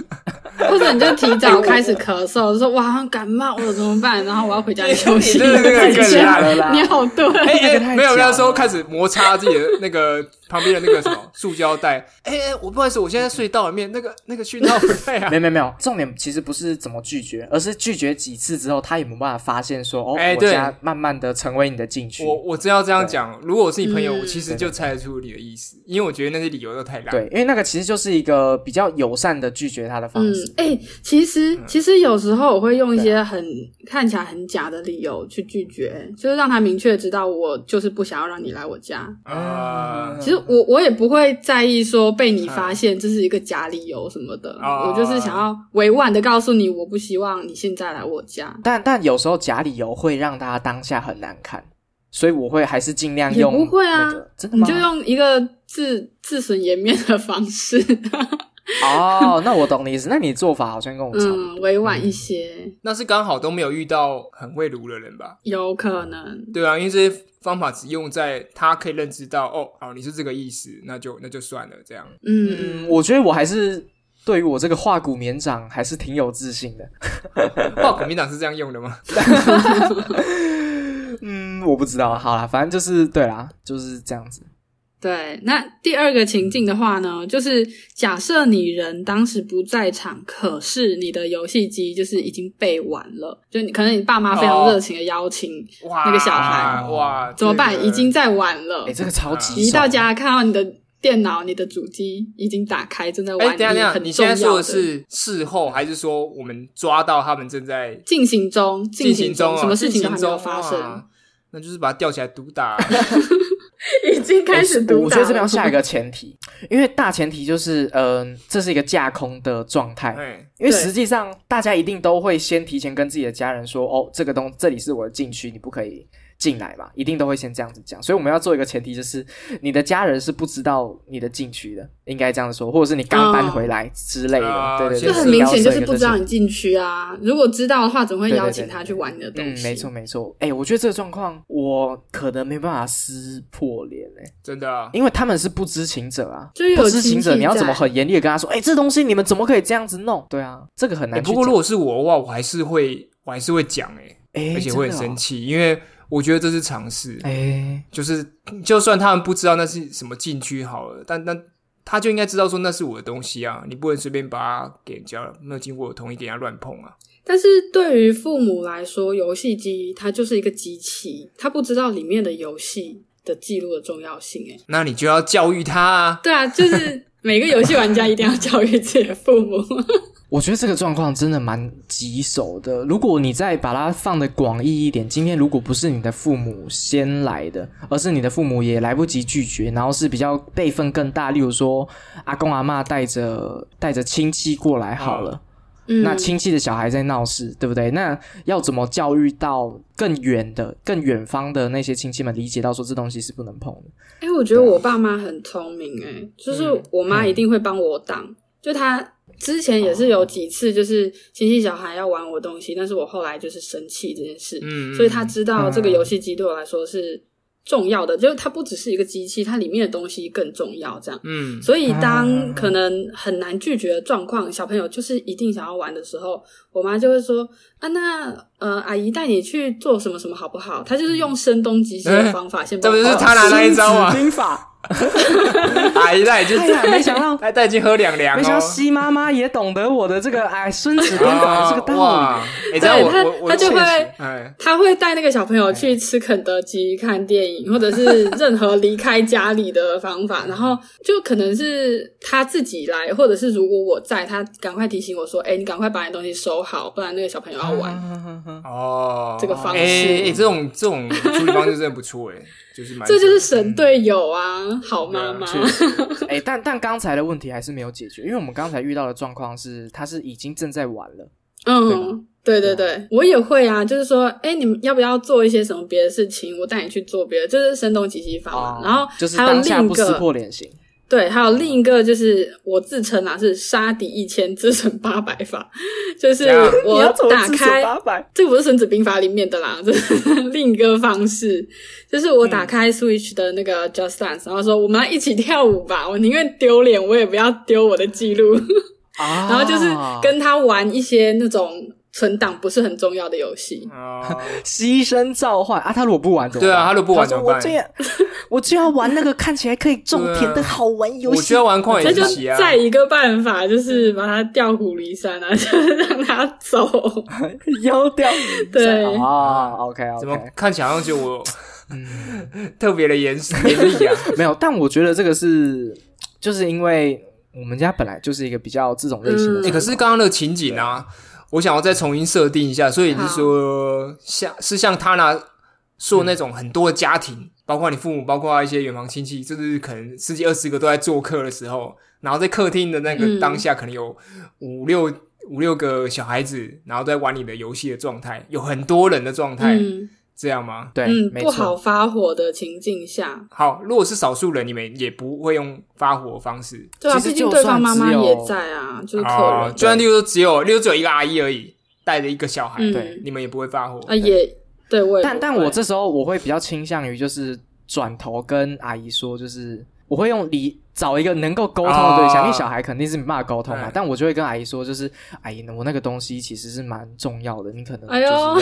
Speaker 3: 或者你就提早开始咳嗽，就说哇感冒了怎么办？然后我要回家休息。
Speaker 1: 你这个
Speaker 3: 感
Speaker 1: 更
Speaker 3: 觉
Speaker 1: 烂
Speaker 2: 了啦
Speaker 3: 你好对，
Speaker 1: 哎哎、
Speaker 2: 太
Speaker 1: 没有，
Speaker 2: 假
Speaker 1: 那
Speaker 2: 了
Speaker 1: 时候开始摩擦自己的那个 旁边的那个什么塑胶袋。哎、哎、我不好意思，我现在在隧道里面，那个那个讯号不太好
Speaker 2: 没。有没有没有，重点其实不是怎么拒绝，而是拒绝几次之后，他也没办法发现说，哦，
Speaker 1: 哎
Speaker 2: 我
Speaker 1: 对
Speaker 2: 家慢慢的成为你的禁区。
Speaker 1: 我我真要这样讲，如果我是你朋友，
Speaker 3: 嗯
Speaker 1: 我其实就猜得出你的意思，因为我觉得那些理由都太烂。
Speaker 2: 对，因为那个其实就是一个比较友善的拒绝他的方
Speaker 3: 嗯
Speaker 2: 式。，
Speaker 3: 哎、其实其实有时候我会用一些很、看起来很假的理由去拒绝，就是让他明确知道我就是不想要让你来我家。
Speaker 1: 啊、
Speaker 3: 其实我我也不会在意说被你发现这是一个假理由什么的，
Speaker 1: 哦
Speaker 3: 我就是想要委婉的告诉你，我不希望你现在来我家。
Speaker 2: 但但有时候假理由会让大家当下很难看，所以我会还是尽量
Speaker 3: 也
Speaker 2: 用、那
Speaker 3: 不会啊
Speaker 2: 个真的
Speaker 3: 你
Speaker 2: 吗？
Speaker 3: 就用一个自自损颜面的方式，
Speaker 2: 哦，那我懂你意思。那你做法好像跟我差不多。
Speaker 3: 嗯，委婉一些，
Speaker 1: 那是刚好都没有遇到很会撸的人吧？
Speaker 3: 有可能。
Speaker 1: 对啊，因为这些方法只用在他可以认知到，哦，好，你是这个意思，那就那就算了，这样。
Speaker 3: 嗯，
Speaker 2: 嗯，我觉得我还是对于我这个化骨绵掌还是挺有自信的。
Speaker 1: 报国民党是这样用 的吗？
Speaker 2: 嗯，我不知道，好啦，反正就是对啦，就是这样子。
Speaker 3: 对。那第二个情境的话呢，就是假设你人当时不在场，可是你的游戏机就是已经被玩了，就你可能你爸妈非常热情的邀请，
Speaker 1: 哇，
Speaker 3: 那个小孩
Speaker 1: 哇，
Speaker 3: 怎么办？
Speaker 1: 这个
Speaker 3: 已经在玩了。
Speaker 2: 哎、这个超级
Speaker 3: 你一
Speaker 2: 爽
Speaker 3: 到家看到你的电脑、你的主机已经打开，正在
Speaker 1: 哎、
Speaker 3: 玩，
Speaker 1: 等一下等一下，
Speaker 3: 很
Speaker 1: 你
Speaker 3: 重
Speaker 1: 现
Speaker 3: 要
Speaker 1: 在说的是事后，还是说我们抓到他们正在
Speaker 3: 进行中，进
Speaker 1: 行
Speaker 3: 中，
Speaker 1: 中啊？
Speaker 3: 什么事情都
Speaker 1: 进
Speaker 3: 还
Speaker 1: 行
Speaker 3: 没有
Speaker 1: 中啊
Speaker 3: 发生
Speaker 1: 哇，那就是把他吊起来毒打、 啊
Speaker 3: 已经开始
Speaker 2: 我
Speaker 3: 读。
Speaker 2: 我觉得这边要下一个前提，因为大前提就是，嗯、这是一个架空的状态，
Speaker 1: 哎，
Speaker 2: 因为
Speaker 3: 对
Speaker 2: 实际上大家一定都会先提前跟自己的家人说，哦，这个东这里是我的禁区，你不可以进来嘛，一定都会先这样子讲。所以我们要做一个前提，就是你的家人是不知道你的禁区的，应该这样说，或者是你刚搬回来之类的，
Speaker 1: 啊
Speaker 2: 对对对，
Speaker 3: 这
Speaker 1: 就
Speaker 3: 很明显哦就是不知道
Speaker 2: 你。
Speaker 3: 你进去啊！如果知道的话，怎么会邀请
Speaker 2: 对对对
Speaker 3: 他
Speaker 2: 对
Speaker 3: 去玩你的东
Speaker 2: 嗯，
Speaker 3: 西？
Speaker 2: 没错，没错。哎、我觉得这个状况我可能没办法撕破脸哎、
Speaker 1: 真的啊、
Speaker 2: 因为他们是不知情者啊，
Speaker 3: 就是有
Speaker 2: 不知情
Speaker 3: 亲戚
Speaker 2: 者，你要怎么
Speaker 3: 在
Speaker 2: 很严厉的跟他说，哎、这东西你们怎么可以这样子弄？对啊，这个很
Speaker 1: 哎
Speaker 2: 难
Speaker 1: 不
Speaker 2: 去讲、
Speaker 1: 过如果是我的话，我还是会，我还是会讲哎、
Speaker 2: 哎、
Speaker 1: 而且会很
Speaker 2: 真的哦
Speaker 1: 生，气，因为我觉得这是常识。
Speaker 2: 哎、
Speaker 1: 就是就算他们不知道那是什么禁区好了，但但他就应该知道说那是我的东西啊，你不能随便把它给人家没有经过我同意给人家乱碰啊。
Speaker 3: 但是对于父母来说，游戏机它就是一个机器，他不知道里面的游戏的记录的重要性。哎，
Speaker 1: 那你就要教育他啊。
Speaker 3: 对啊，就是 每个游戏玩家一定要教育自己的父母。
Speaker 2: 我觉得这个状况真的蛮棘手的。如果你再把它放的广义一点，今天如果不是你的父母先来的，而是你的父母也来不及拒绝，然后是比较辈分更大，例如说阿公阿嬷带着带着亲戚过来好了。
Speaker 3: 嗯，
Speaker 2: 那亲戚的小孩在闹事，对不对？那要怎么教育到更远的、更远方的那些亲戚们理解到说这东西是不能碰的？
Speaker 3: 哎、我觉得我爸妈很聪明、哎，就是
Speaker 1: 啊嗯哦
Speaker 3: 我妈一定会帮我挡。就她之前也是有几次，就是亲戚小孩要玩我东西，但是我后来就是生气这件事，
Speaker 1: 嗯，
Speaker 3: 所以她知道这个
Speaker 2: 嗯
Speaker 3: 游戏机对我来说是重要的，就是它不只是一个机器，它里面的东西更重要，这样。
Speaker 1: 嗯
Speaker 3: 所以，
Speaker 2: 嗯
Speaker 3: 当可能很难拒绝的状况，小朋友就是一定想要玩的时候，我妈就会说：“啊，那呃，阿姨带你去做什么什么好不好？”她就是用声东击西的
Speaker 1: 哎
Speaker 3: 方法，先
Speaker 1: 这不
Speaker 3: 帮
Speaker 1: 就
Speaker 3: 我
Speaker 1: 是他拿那一招啊
Speaker 2: 亲哦子兵法，
Speaker 1: 阿姨那已经
Speaker 2: 哎呀， 没想到，
Speaker 1: 哎， 他已经喝两两
Speaker 2: 没想到
Speaker 1: 哦。
Speaker 2: 西妈妈也懂得我的这个哎《孙子兵法》
Speaker 1: 啊
Speaker 2: 这个道理。
Speaker 1: 哇！哎，这样我
Speaker 3: 对他
Speaker 1: 我我
Speaker 3: 他就
Speaker 1: 确实
Speaker 3: 会
Speaker 1: 哎，
Speaker 3: 他会带那个小朋
Speaker 2: 哎
Speaker 3: 友去吃肯德基、看电影，或者是任何离开家里的方法。然后就可能是他自己来，或者是如果我在，他赶快提醒我说：“哎、你赶快把你东西收好，不然那个小朋友要玩。
Speaker 2: 嗯
Speaker 1: 哦，
Speaker 3: 这个方式
Speaker 1: 哎哎，这种这种处理方式真的不错哎。就是蛮
Speaker 3: 这就是神队友啊，好妈妈。
Speaker 2: 确实，哎、但但刚才的问题还是没有解决，因为我们刚才遇到的状况是，他是已经正在玩了，对吧
Speaker 3: 嗯，对对对，我也会啊，就是说，哎，你们要不要做一些什么别的事情？我带你去做别的，就是声东击西法嘛。
Speaker 2: 哦
Speaker 3: 然后
Speaker 2: 就是
Speaker 3: 还有
Speaker 2: 当下
Speaker 3: 另一
Speaker 2: 不撕
Speaker 3: 个，
Speaker 2: 破脸型，
Speaker 3: 对，还有另一个就是我自称啊是杀敌一千，自损八百法，就是
Speaker 1: 这样
Speaker 4: 你
Speaker 3: 我
Speaker 4: 要怎么
Speaker 3: 打
Speaker 4: 自损
Speaker 3: 开
Speaker 4: 八百？
Speaker 3: 这不是《孙子兵法》里面的啦，这是 另一个方式，就是我
Speaker 1: 嗯
Speaker 3: 打开 Switch 的那个 Just Dance，、然后说我们来一起跳舞吧，我宁愿丢脸，我也不要丢我的记录，
Speaker 1: 哦
Speaker 2: 啊
Speaker 3: 然后就是跟他玩一些那种存档不是很重要的游戏。
Speaker 1: 哦，
Speaker 2: 牺牲召唤啊，他如果不玩怎么办？
Speaker 1: 对啊他如果不玩
Speaker 2: 说
Speaker 1: 怎么办
Speaker 2: 我 这样，我就要玩那个看起来可以种田
Speaker 1: 对
Speaker 2: 的
Speaker 1: 啊
Speaker 2: 好玩游
Speaker 1: 我需
Speaker 2: 戏。
Speaker 1: 要玩旷
Speaker 3: 那
Speaker 1: 野
Speaker 3: 就
Speaker 1: 之息啊，
Speaker 3: 再一个办法，就是把他调虎离山啊， 就是让他走。
Speaker 2: 妖掉
Speaker 3: 对
Speaker 2: 啊，OK
Speaker 1: 怎么
Speaker 2: OK，
Speaker 1: 看起来好像就我 特别的严严厉啊？
Speaker 2: 没有，但我觉得这个是就是因为我们家本来就是一个比较这种类型的
Speaker 1: 欸，
Speaker 2: 状
Speaker 3: 嗯
Speaker 2: 况，
Speaker 1: 可是刚刚那个情景啊，我想要再重新设定一下，所以你是说像是像他拿说那种很多的家庭，包括你父母，包括一些远房亲戚，就是可能十几二十个都在做客的时候，然后在客厅的那个
Speaker 3: 嗯
Speaker 1: 当下，可能有五六五六个小孩子，然后在玩你的游戏的状态，有很多人的状态，
Speaker 3: 嗯
Speaker 1: 这样吗？
Speaker 2: 对，
Speaker 3: 嗯，
Speaker 2: 哎没
Speaker 3: 不
Speaker 2: 错，
Speaker 3: 好发火的情境下，
Speaker 1: 好，如果是少数人，你们也不会用发火的方式。
Speaker 3: 对啊，
Speaker 2: 其实
Speaker 3: 毕竟
Speaker 2: 就
Speaker 3: 对
Speaker 2: 算
Speaker 3: 方妈妈
Speaker 2: 只有
Speaker 3: 也在啊，就是客人。
Speaker 1: 哦就算例如说只有，例如只有一个阿姨而已，带着一个小孩，
Speaker 3: 嗯
Speaker 2: 对
Speaker 1: 你们也不会发火。
Speaker 3: 啊，也对我也不
Speaker 2: 但但
Speaker 3: 会
Speaker 2: 我这时候我会比较倾向于就是转头跟阿姨说，就是我会用理找一个能够沟通的对象，
Speaker 1: 啊
Speaker 2: 因为小孩肯定是没办法沟通嘛
Speaker 1: 嗯。
Speaker 2: 但我就会跟阿姨说，就是阿姨，我那个东西其实是蛮重要的，你可能就
Speaker 3: 哎
Speaker 2: 是
Speaker 3: 呦
Speaker 2: 要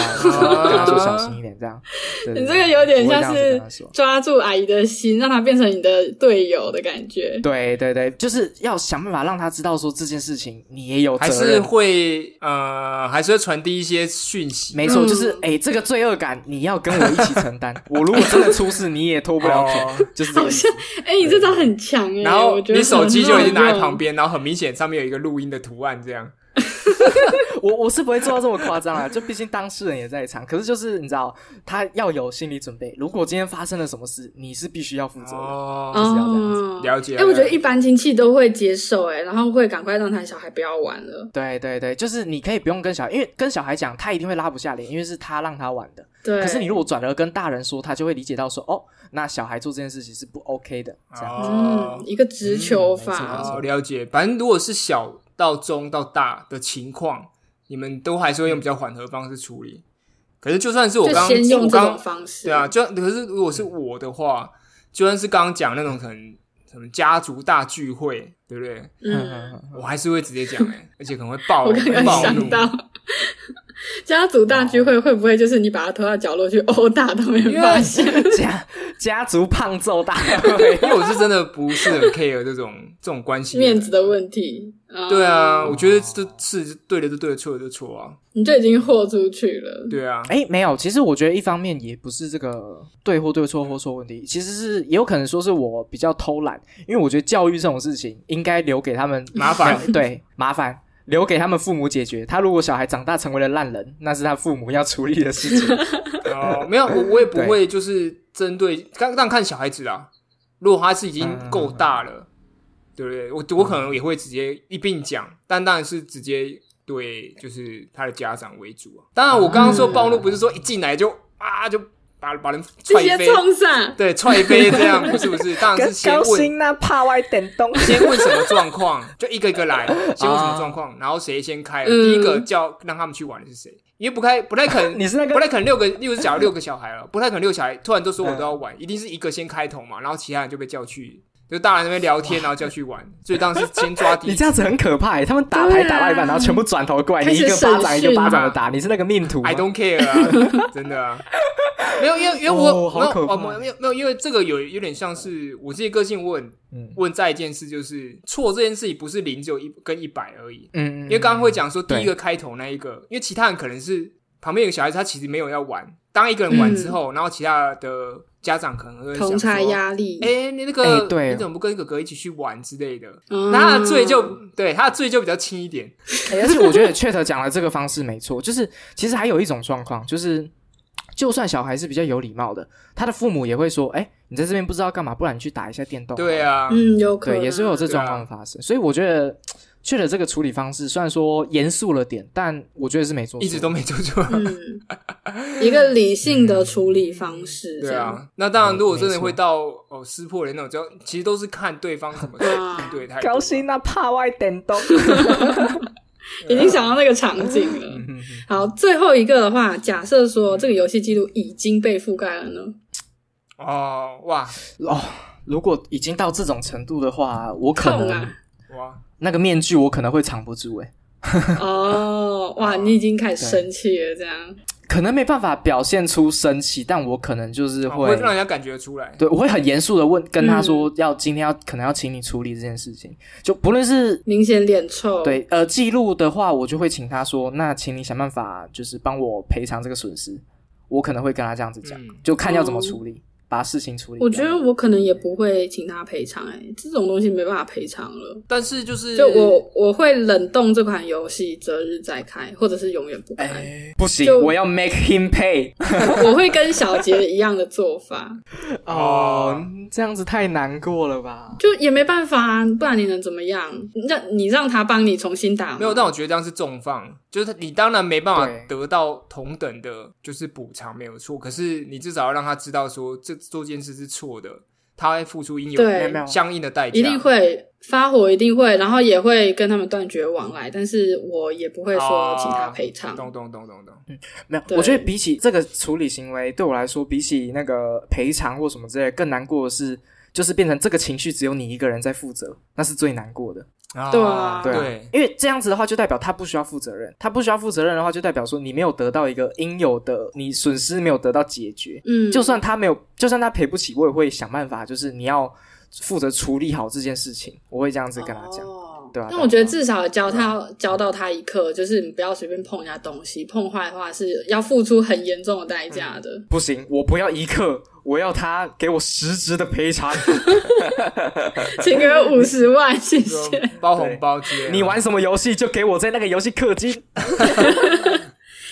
Speaker 2: 跟她说小心一点这 样。对
Speaker 3: 你这个有点像。
Speaker 2: 对对我会这样子跟
Speaker 3: 是
Speaker 2: 她说
Speaker 3: 抓住阿姨的心，让她变成你的队友的感觉。
Speaker 2: 对对对，就是要想办法让她知道说这件事情你也有责
Speaker 1: 还
Speaker 2: 任，
Speaker 1: 是会呃，还是会传递一些讯息。
Speaker 2: 没错，
Speaker 3: 嗯
Speaker 2: 就是哎、这个罪恶感你要跟我一起 承担。我如果真的出事，你也脱不了
Speaker 1: 哦
Speaker 2: 手，就是这个意思。
Speaker 3: 哎、你这招很强哎、
Speaker 1: 然后
Speaker 3: 我觉得
Speaker 1: 你手机就已经拿在旁
Speaker 3: 边。
Speaker 1: 边，然后很明显上面有一个录音的图案，这样
Speaker 2: 我我是不会做到这么夸张啊，就毕竟当事人也在场。可是就是你知道，他要有心理准备，如果今天发生了什么事，你是必须要负责的。
Speaker 1: 哦，
Speaker 2: 是要这样子
Speaker 3: 哦，
Speaker 1: 了解。
Speaker 3: 哎、我觉得一般亲戚都会接受哎、然后会赶快让他小孩不要玩了。
Speaker 2: 对对对，就是你可以不用跟小孩，因为跟小孩讲，他一定会拉不下脸，因为是他让他玩的。
Speaker 3: 对，
Speaker 2: 可是你如果转而跟大人说，他就会理解到说，哦，那小孩做这件事情是不 OK 的，这样。
Speaker 1: 哦
Speaker 3: 嗯，一个直球
Speaker 2: 嗯没
Speaker 3: 法，
Speaker 1: 哦了解，反正如果是小到中到大的情况，你们都还是会用比较缓和的方式处理。可是就算是我
Speaker 3: 就
Speaker 1: 刚
Speaker 3: 先
Speaker 1: 我
Speaker 3: 用这
Speaker 1: 刚
Speaker 3: 种方式。
Speaker 1: 对啊，，就可是如果是我的话，就算是刚刚讲那种可能什么家族大聚会，对不对？
Speaker 3: 嗯，
Speaker 1: 我还是会直接讲哎、而且可能会暴
Speaker 3: 我刚刚
Speaker 1: 暴
Speaker 3: 想
Speaker 1: 怒，
Speaker 3: 到。 家族大聚会会不会就是你把他推到角落去 殴打，他们
Speaker 1: 因为
Speaker 3: 发现？
Speaker 2: 家家族胖揍大会。
Speaker 1: 因为我是真的不是很 care 这种这种关系
Speaker 3: 面子。的问题。啊
Speaker 1: 对，啊，我觉得这是对的就对的，错的就错啊。
Speaker 3: 你就已经豁出去了。
Speaker 1: 对啊，
Speaker 2: 哎，没有，其实我觉得一方面也不是这个对或对错或错问题，其实是也有可能说是我比较偷懒，因为我觉得教育这种事情应该留给他们
Speaker 1: 麻 烦
Speaker 2: 对麻烦。留给他们父母解决。他如果小孩长大成为了烂人，那是他父母要处理的事情。
Speaker 1: 哦，没有，我我也不会就是针对，刚当然看小孩子啊。如果他是已经够大了，对不对？我我可能也会直接一并讲，但当然是直接对就是他的家长为主啊。当然，我刚刚说暴怒不是说一进来就啊就把把人
Speaker 3: 直
Speaker 1: 踹
Speaker 3: 接
Speaker 1: 飞，
Speaker 3: 冲上，
Speaker 1: 对，踹飞这样，不是不是，当然是先问
Speaker 2: 那怕外点东
Speaker 1: 先问什么状况，就一个一个来，先问什么状况，然后谁先开，
Speaker 3: 嗯
Speaker 1: 第一个叫让他们去玩的是谁？因为不开不太可能，
Speaker 2: 你是那个
Speaker 1: 不太可能六个，例如假如六个小孩 了，不太可能六小孩突然都说我都要玩，一定是一个先开头嘛，然后其他人就被叫去，就大人那边聊天，然后叫去玩，所以当时先抓第
Speaker 2: 你
Speaker 1: 一
Speaker 2: 这。样子很可怕欸耶、他们打牌打到一半，
Speaker 3: 对啊
Speaker 2: 然后全部转头过来，
Speaker 3: 开
Speaker 2: 你一
Speaker 3: 始
Speaker 2: 个巴掌
Speaker 3: 审
Speaker 2: 一个
Speaker 3: 讯
Speaker 2: 巴掌的打，你是那个命途吗
Speaker 1: I don't care 啊， 真的啊，没有，因为因为我、
Speaker 2: 哦好可怕
Speaker 1: 没有没有没有，因为这个有有点像是我自己个性，我很
Speaker 2: 嗯
Speaker 1: 问在一件事，就是错这件事情不是零只有一跟一百而已，
Speaker 2: 嗯，嗯
Speaker 1: 因为刚刚会讲说第
Speaker 2: 对
Speaker 1: 一个开头那一个，因为其他人可能是旁边有个小孩子，他其实没有要玩。当一个人玩之
Speaker 2: 嗯
Speaker 1: 后，然后其他的家长可能会
Speaker 3: 同
Speaker 1: 想
Speaker 3: 才
Speaker 1: 说，
Speaker 3: 压力。
Speaker 1: 哎、你那个、
Speaker 2: 哎对
Speaker 1: 你怎么不跟哥哥一起去玩之类的？
Speaker 3: 嗯
Speaker 1: 那他的罪就对他的罪就比较轻一点。
Speaker 2: 欸而且我觉得 Chat 讲的这个方式没错，就是其实还有一种状况，就是就算小孩是比较有礼貌的，他的父母也会说：“哎、你在这边不知道干嘛，不然你去打一下电动。”
Speaker 1: 对，啊，
Speaker 3: 嗯，有可能
Speaker 2: 对，也是会有这
Speaker 1: 对啊
Speaker 2: 状况发生。所以我觉得确的这个处理方式虽然说严肃了点，但我觉得是没做错，
Speaker 1: 一直都没做出来。
Speaker 3: 嗯，一个理性的处理方 式，
Speaker 1: 对
Speaker 3: 这样，
Speaker 1: 啊，那当然，
Speaker 2: 嗯没
Speaker 1: 如果真的
Speaker 2: 没错
Speaker 1: 会到哦撕破脸那种，只要其实都是看对方 怎么
Speaker 3: 哇
Speaker 1: 对态度。
Speaker 2: 高兴啊，怕外电动。
Speaker 3: 已经想到那个场景
Speaker 1: 嗯
Speaker 3: 了。好，最后一个的话，假设说这个游戏记录已经被覆盖了呢？
Speaker 1: 哦，哇
Speaker 2: 哦，如果已经到这种程度的话，我可
Speaker 3: 痛
Speaker 2: 能、
Speaker 3: 啊！
Speaker 1: 哇，
Speaker 2: 那个面具我可能会藏不住、欸，
Speaker 3: 哦，哇，你已经开始生气了，这样。
Speaker 2: 可能没办法表现出生气，但我可能就是
Speaker 1: 哦会
Speaker 2: 会，
Speaker 1: 让人家感觉出来。
Speaker 2: 对我会很严肃的问跟他
Speaker 3: 嗯
Speaker 2: 说要，今天要可能要请你处理这件事情，就不论是。
Speaker 3: 明显脸臭，，
Speaker 2: 对，呃，记录的话，我就会请他说，那请你想办法，就是帮我赔偿这个损失。我可能会跟他这样子讲，
Speaker 1: 嗯
Speaker 2: 就看要怎么处理，把事情处理掉。
Speaker 3: 哦我觉得我可能也不会请他赔偿，哎，这种东西没办法赔偿了。
Speaker 1: 但是就是
Speaker 3: 就我我会冷冻这款游戏，择日再开，或者是永远不开。
Speaker 2: 不行
Speaker 3: 就，
Speaker 2: 我要 make him pay。
Speaker 3: 我会跟小杰一样的做法，
Speaker 1: 哦
Speaker 2: 哦，这样子太难过了吧？
Speaker 3: 就也没办法啊，不然你能怎么样？让你让他帮你重新打吗
Speaker 1: 没有，但我觉得这样是重放，就是你当然没办法
Speaker 2: 对
Speaker 1: 得到同等的，就是补偿没有错，可是你至少要让他知道说这做这件事是错的，他会付出应有
Speaker 3: 对
Speaker 2: 没有
Speaker 1: 相应的代价，
Speaker 3: 一定会发火，一定会，然后也会跟他们断绝往来，但是我也不会说请他赔偿。
Speaker 1: 哦懂懂懂懂懂，
Speaker 2: 没有，
Speaker 3: 对
Speaker 2: 我觉得比起这个处理行为，对我来说，比起那个赔偿或什么之类的，更难过的是，就是变成这个情绪只有你一个人在负责，那是最难过的。
Speaker 3: 对啊
Speaker 2: 对
Speaker 1: 哦
Speaker 2: 啊
Speaker 1: 对
Speaker 2: 因为这样子的话，就代表他不需要负责任，他不需要负责任的话，就代表说你没有得到一个应有的，你损失没有得到解决。
Speaker 3: 嗯，
Speaker 2: 就算他没有，就算他赔不起，我也会想办法，就是你要负责处理好这件事情，我会这样子跟他讲。
Speaker 3: 哦
Speaker 2: 对啊
Speaker 3: 但我觉得至少教
Speaker 1: 啊
Speaker 3: 他教到他一课，就是你不要随便碰人家东西，碰坏的话是要付出很严重的代
Speaker 1: 嗯
Speaker 3: 价的。
Speaker 2: 不行，我不要一克，我要他给我实质的 赔偿。
Speaker 1: 啊
Speaker 3: 请给我五十万，谢谢。
Speaker 1: 就包红包之类的，
Speaker 2: 你玩什么游戏，就给我在那个游戏氪金。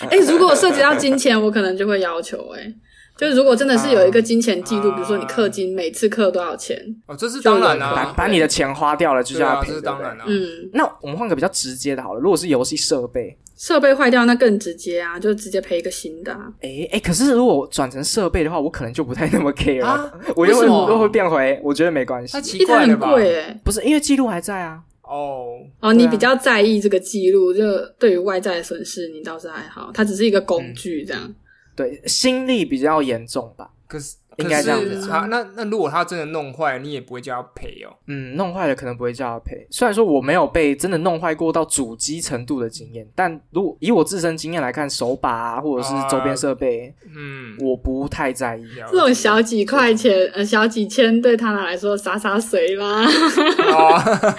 Speaker 3: 哎、如果涉及到金钱，我可能就会要求、哎，就是如果真的是有一个金钱记录，
Speaker 1: 啊
Speaker 3: 比如说你氪金，每次氪多少钱，
Speaker 1: 哦，这是当然
Speaker 3: 就有
Speaker 2: 把
Speaker 1: 啦
Speaker 3: 人，
Speaker 2: 把你的钱花掉了，就
Speaker 1: 对
Speaker 2: 叫他
Speaker 1: 啊，
Speaker 2: 赔。
Speaker 1: 这是
Speaker 2: 对不
Speaker 1: 当
Speaker 2: 对
Speaker 1: 然。啦，
Speaker 3: 嗯，
Speaker 2: 那我们换个比较直接的，好了。如果是游戏设备，
Speaker 3: 设备坏掉那更直接啊，就直接赔一个新的、啊。
Speaker 2: 诶诶，可是如果转成设备的话，我可能就不太那么 care 了。
Speaker 1: 啊
Speaker 2: 我又
Speaker 1: 为
Speaker 2: 会
Speaker 1: 什么
Speaker 2: 又会变回，我觉得没关系
Speaker 1: 太。奇
Speaker 3: 一台
Speaker 1: 怪了
Speaker 3: 很
Speaker 1: 吧？
Speaker 3: 贵哎、
Speaker 2: 不是因为记录还在啊，
Speaker 1: 哦，
Speaker 3: 哦，
Speaker 2: 对啊
Speaker 3: 你比较在意这个记录，就对于外在的损失你倒是还好，它只是一个
Speaker 1: 嗯
Speaker 3: 工具这样。
Speaker 2: 对，心力比较严重吧。
Speaker 1: 可是
Speaker 2: 应该这样子啊
Speaker 1: 可是他那那如果他真的弄坏，你也不会叫他赔哦。
Speaker 2: 嗯，弄坏了可能不会叫他赔。虽然说我没有被真的弄坏过到主机程度的经验，但如果以我自身经验来看，手把啊或者是周边设备，
Speaker 1: 嗯，
Speaker 2: 我不太在意。
Speaker 1: 了
Speaker 3: 这种
Speaker 1: 解
Speaker 3: 小几块钱，呃，小几千对他来说洒洒水啦。
Speaker 1: 哦，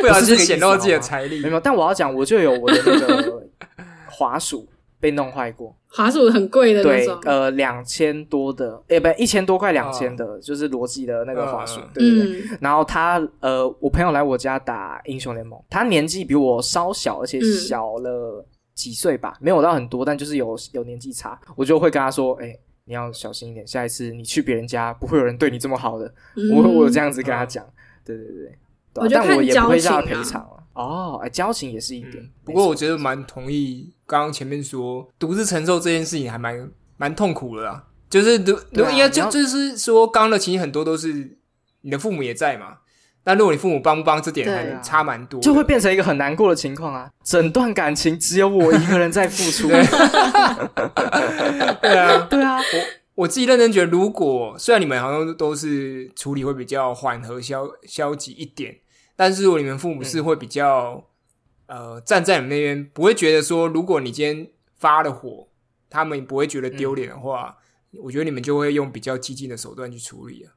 Speaker 1: 不小心显露自己的
Speaker 2: 不是这个意思好
Speaker 1: 财
Speaker 2: 吗
Speaker 1: 力
Speaker 2: 没。有，但我要讲，我就有我的那个 滑鼠被弄坏过，
Speaker 3: 滑鼠很贵的那
Speaker 2: 对
Speaker 3: 种，，
Speaker 2: 呃，两千多的，诶，不，一千多块两千的，就是罗技的那个滑鼠
Speaker 1: 嗯，
Speaker 2: 对对对。
Speaker 3: 嗯
Speaker 2: 然后他呃，我朋友来我家打英雄联盟，他年纪比我稍小，而且
Speaker 3: 嗯
Speaker 2: 小了几岁吧，没有到很多，但就是有有年纪差，我就会跟他说，哎、你要小心一点，下一次你去别人家，不会有人对你这么好的。
Speaker 3: 嗯，
Speaker 2: 我我有这样子跟他讲，对对对，对啊
Speaker 3: 我觉得
Speaker 2: 但我
Speaker 3: 看
Speaker 2: 也不会叫他
Speaker 3: 交
Speaker 2: 赔
Speaker 3: 情啊
Speaker 2: 偿了。哦，哎，交情也是一点
Speaker 1: 嗯。不过我觉
Speaker 2: 得
Speaker 1: 得蛮同意刚刚前面说独自承受这件事情还蛮蛮痛苦的啦。就是如如
Speaker 2: 对啊
Speaker 1: 应该
Speaker 2: 你
Speaker 1: 就
Speaker 2: 要
Speaker 1: 就是说，刚刚的情形很多都是你的父母也在嘛。但如果你父母帮不帮，这点
Speaker 3: 对
Speaker 1: 还差蛮多的，
Speaker 2: 啊就会变成一个很难过的情况啊！整段感情只有我一个人在付 出。
Speaker 1: 对啊。
Speaker 2: 对啊，
Speaker 1: 我自己认真觉得，如果虽然你们好像都是处理会比较缓和消消极一点，但是如果你们父母是会比较、呃站在你们那边，不会觉得说，如果你今天发了火，他们不会觉得丢脸的话，我觉得你们就会用比较激进的手段去处理啊。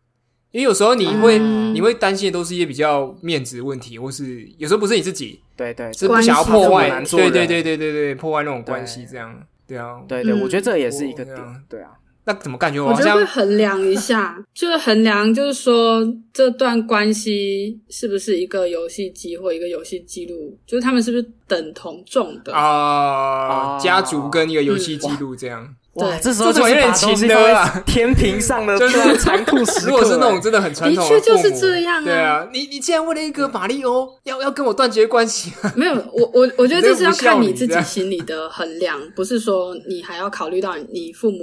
Speaker 1: 因为有时候你会、
Speaker 3: 嗯
Speaker 1: 你会担心的都是一些比较面子的问题，或是有时候不是你自己，
Speaker 2: 对对
Speaker 1: 是不想要
Speaker 3: 关系这么
Speaker 1: 破坏，
Speaker 2: 难做
Speaker 1: 对
Speaker 2: 人
Speaker 1: 对对对对对，破坏那种关
Speaker 2: 对
Speaker 1: 系这样，对啊，
Speaker 2: 对对，
Speaker 3: 嗯
Speaker 2: 我觉得这也是一个
Speaker 1: 我对啊
Speaker 2: 点。对啊，
Speaker 1: 那怎么感觉我
Speaker 3: 我
Speaker 1: 好
Speaker 3: 觉得
Speaker 1: 像
Speaker 3: 会衡量一下， 就是衡量，就是说这段关系是不是一个游戏机或一个游戏记录，就是他们是不是等同重的。哦嗯
Speaker 1: 啊、
Speaker 2: 啊
Speaker 1: 家族跟一个游戏记录这样，
Speaker 2: 哇，
Speaker 3: 对
Speaker 2: 这时候就是把东
Speaker 1: 这
Speaker 2: 西
Speaker 1: 种有点情勒啊
Speaker 2: 放在天平上的
Speaker 1: 就
Speaker 2: 这
Speaker 1: 是
Speaker 2: 种残酷时刻。啊
Speaker 1: 如果是那种真的很传统
Speaker 3: 欸的确就是
Speaker 1: 父母
Speaker 3: 这样啊嗯
Speaker 1: 对啊，你你竟然为了一个马里欧要要跟我断绝关系，
Speaker 3: 没有，我我我觉得 这是要看你自
Speaker 1: 你这
Speaker 3: 己
Speaker 1: 无效
Speaker 3: 心里的衡量，不是说你还要考虑到你父母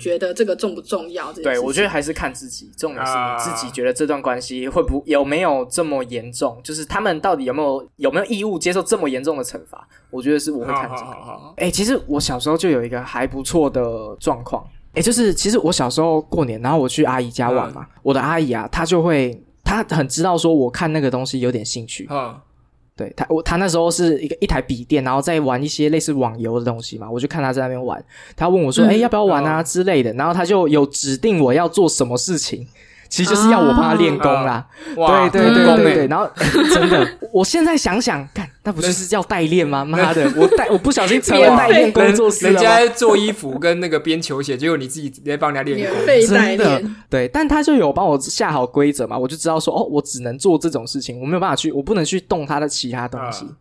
Speaker 3: 觉得这个重不重要这件事
Speaker 2: 嗯
Speaker 3: 情。
Speaker 2: 对，我觉得还是看自己，重点是
Speaker 1: 啊
Speaker 2: 你自己觉得这段关系会不有没有这么严重，就是他们到底有没有有没有义务接受这么严重的惩罚？我觉得是我会看这个。
Speaker 1: 好，
Speaker 2: 哎、其实我小时候就有一个还不错的状况，哎、就是其实我小时候过年，然后我去阿姨家玩嘛，我的阿姨啊，她就会，她很知道说我看那个东西有点兴趣，
Speaker 1: 好，
Speaker 2: 对她，我她那时候是一个一台笔电，然后在玩一些类似网游的东西嘛，我就看她在那边玩，她问我说，
Speaker 3: 嗯
Speaker 2: 哎、要不要玩啊
Speaker 1: 哦
Speaker 2: 之类的，然后她就有指定我要做什么事情。其实就是要我帮她练功啦，
Speaker 1: 哇，
Speaker 2: 对对对
Speaker 1: 很
Speaker 2: 对
Speaker 1: 功
Speaker 2: 对
Speaker 1: 欸
Speaker 2: 对，，然后 真的，我现在想想，看，那不就是叫代练吗？妈的，我代我不小心成为
Speaker 3: 免
Speaker 2: 代
Speaker 3: 费
Speaker 2: 练工作室
Speaker 1: 人
Speaker 2: 了
Speaker 1: 家
Speaker 2: 吗。
Speaker 1: 在做衣服跟那个编球鞋，结果你自己在帮人家练
Speaker 3: 免
Speaker 1: 功，
Speaker 3: 费代
Speaker 2: 真的
Speaker 3: 练，
Speaker 2: 对，但他就有帮我下好规则嘛，我就知道说，哦，我只能做这种事情，我没有办法去，我不能去动他的其他东西。
Speaker 1: 嗯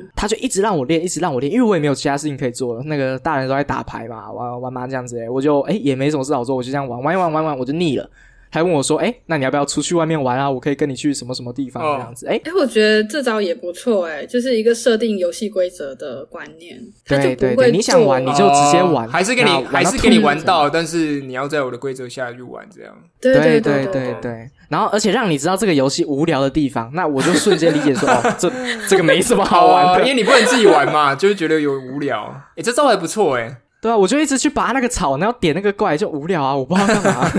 Speaker 3: 嗯，
Speaker 2: 他就一直让我练，一直让我练，因为我也没有其他事情可以做了。那个大人都在打牌嘛，玩玩麻将之类，我就哎、也没什么事好做，我就这样玩玩一玩玩一玩，我就腻了。还问我说，哎、那你要不要出去外面玩啊？我可以跟你去什么什么地方
Speaker 1: 哦
Speaker 2: 这样子？哎、
Speaker 3: 哎、我觉得这招也不错，哎，就是一个设定游戏规则的观念，他就
Speaker 2: 对
Speaker 3: 不
Speaker 2: 对
Speaker 3: 会
Speaker 2: 对，你想玩
Speaker 3: 做
Speaker 2: 你就直接玩，
Speaker 1: 哦还是给
Speaker 2: 那
Speaker 1: 你
Speaker 2: 到
Speaker 1: 还是给你
Speaker 2: 吐
Speaker 1: 玩到，但是你要在我的规则下去玩，这样
Speaker 3: 对
Speaker 2: 对
Speaker 3: 对
Speaker 2: 对对，然后而且让你知道这个游戏无聊的地方，那我就瞬间理解说，哦，这这个没什么好玩
Speaker 1: 哦
Speaker 2: 的
Speaker 1: 因，为你不能自己玩嘛，就是觉得有无聊。哎，这招还不错哎，
Speaker 2: 对啊，我就一直去拔那个草，然后点那个怪，就无聊啊，我不知道干嘛，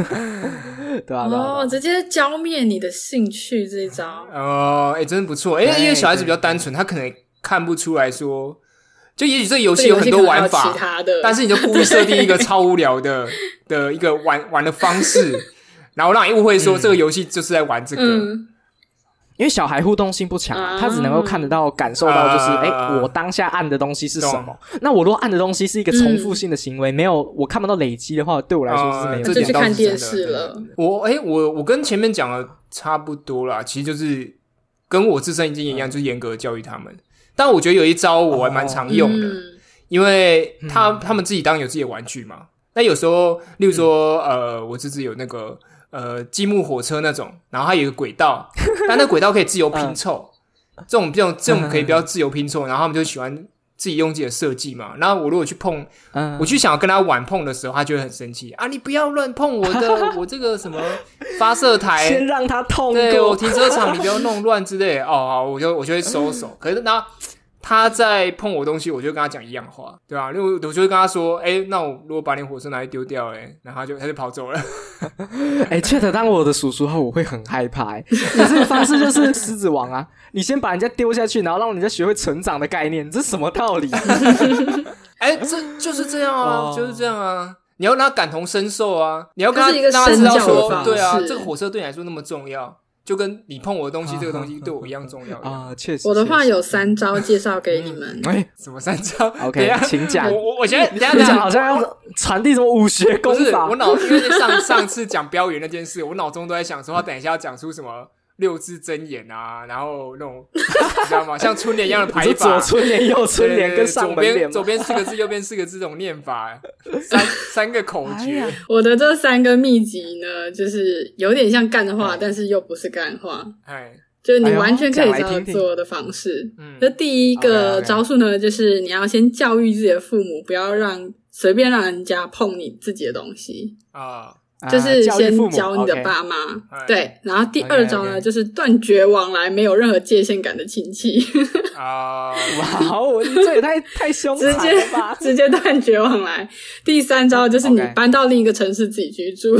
Speaker 2: 对啊，对啊
Speaker 3: 哦，，直接浇灭你的兴趣这一招，
Speaker 1: 哦，哎，真的不错，哎，
Speaker 2: 对
Speaker 1: 因为小孩子比较单纯，他可能看不出来说，就也许这个游
Speaker 3: 这
Speaker 1: 戏有
Speaker 3: 个游
Speaker 1: 很
Speaker 3: 戏
Speaker 1: 多
Speaker 3: 可能还
Speaker 1: 玩
Speaker 3: 有
Speaker 1: 法
Speaker 3: 其，他的，
Speaker 1: 但是你就故意设定一 个超无聊的的一个玩玩的方式，然后让你误会说这个游戏就是在玩这个。
Speaker 3: 嗯，
Speaker 2: 因为小孩互动性不强啊，他只能够看得到、感受到，就是
Speaker 1: 啊
Speaker 2: 哎、我当下按的东西是什么
Speaker 1: 懂。
Speaker 2: 那我如果按的东西是一个重复性的行为，没有我看不到累积的话，对我来说是没有
Speaker 1: 这
Speaker 3: 那
Speaker 1: 点
Speaker 2: 用
Speaker 3: 就
Speaker 2: 的。
Speaker 3: 去
Speaker 1: 倒
Speaker 3: 看
Speaker 1: 是真
Speaker 3: 电
Speaker 1: 的
Speaker 3: 视了。
Speaker 1: 我哎、我我跟前面讲的差不多啦，其实就是跟我自身已经一样，
Speaker 3: 嗯
Speaker 1: 就是严格教育他们。但我觉得有一招我还蛮常用的，
Speaker 3: 嗯
Speaker 1: 因为
Speaker 2: 嗯
Speaker 1: 他他们自己当然有自己的玩具嘛。那有时候，例如说，
Speaker 2: 嗯
Speaker 1: 呃，我侄子有那个呃积木火车那种，然后它有一个轨道， 但那轨道可以自由拼凑。
Speaker 2: 嗯
Speaker 1: 这种这种这种可以比较自由拼凑，然后他们就喜欢自己用自己的设计嘛。然后我如果去碰
Speaker 2: 嗯
Speaker 1: 我去想要跟他玩碰的时候，他就会很生气啊！你不要乱碰我 的，我这个什么发射
Speaker 2: 先
Speaker 1: 台，
Speaker 2: 让他痛
Speaker 1: 对我
Speaker 3: 哦
Speaker 2: 过。
Speaker 1: 停车场你不要 弄乱之类的。哦，好，我就我就会收手。可是那他在碰我东西，我就跟他讲一样话，对吧、啊？因为我我就会跟他说，哎、那我如果把你火车拿去丢掉、欸，哎，然后他就他就跑走了。
Speaker 2: 哎、确实，当我的叔叔后，我会很害怕、欸。你这个方式就是狮子王啊！你先把人家丢下去，然后让人家学会成长的概念，这什么道理？
Speaker 1: 哎、这就是这样啊，
Speaker 2: 哦
Speaker 1: 就是这样啊。你要让他感同身受啊，你要跟
Speaker 3: 这是一
Speaker 1: 他
Speaker 3: 个
Speaker 1: 让他知道
Speaker 3: 身教的
Speaker 1: 说，
Speaker 3: 方
Speaker 1: 对啊，
Speaker 3: 式
Speaker 1: 这个火车对你来说那么重要，就跟你碰我的东西，这个东西对我一样重要一样。
Speaker 2: 啊，确实。
Speaker 3: 我的话
Speaker 2: 确实
Speaker 3: 有三招介绍给你们，
Speaker 2: 哎、
Speaker 1: 什么三招等一
Speaker 2: OK，
Speaker 1: 下
Speaker 2: 请讲。
Speaker 1: 我我我现在等一下
Speaker 2: 你
Speaker 1: 等一
Speaker 2: 讲
Speaker 1: 下
Speaker 2: 好像要传递什么武学
Speaker 1: 不
Speaker 2: 功
Speaker 1: 是
Speaker 2: 法
Speaker 1: 我？脑，因为上上次讲标语那件事，我脑中都在想说他等一下要讲出什么六字真言啊，然后那种 你知道吗？像春联一样的排
Speaker 2: 你是左
Speaker 1: 法。
Speaker 2: 春联、右
Speaker 1: 对
Speaker 2: 春
Speaker 1: 对
Speaker 2: 联
Speaker 1: 对
Speaker 2: 跟上
Speaker 1: 左
Speaker 2: 门联
Speaker 1: 边
Speaker 2: 吗
Speaker 1: 左边四个字，右边四个字，这种念法，三三个口诀，
Speaker 3: 我的这三个秘籍呢，就是有点像干话，但是又不是干话，
Speaker 1: 哎，
Speaker 3: 就是你
Speaker 2: 哎呦
Speaker 3: 完全可
Speaker 2: 讲
Speaker 3: 以
Speaker 2: 来
Speaker 3: 照
Speaker 2: 听听
Speaker 3: 做的方式。
Speaker 1: 嗯
Speaker 3: 那、第一个
Speaker 1: OK，OK
Speaker 3: 招数呢，就是你要先教育自己的父母，不要让随便让人家碰你自己的东西，
Speaker 1: 啊，
Speaker 2: 啊
Speaker 3: 就是
Speaker 2: 教育
Speaker 3: 先
Speaker 2: 父母
Speaker 3: 教你的
Speaker 2: OK
Speaker 3: 爸妈。
Speaker 1: 哎
Speaker 3: 对，然后第
Speaker 2: OK，
Speaker 3: 二招呢
Speaker 2: OK
Speaker 3: 就是断绝往来没有任何界限感的亲戚，
Speaker 1: 啊，
Speaker 2: 哇哦，你这也太太凶
Speaker 3: 直
Speaker 2: 残
Speaker 3: 接！
Speaker 2: 了吧
Speaker 3: 直接断绝往来。第三招就是你
Speaker 2: 啊 OK
Speaker 3: 搬到另一个城市自己居 住。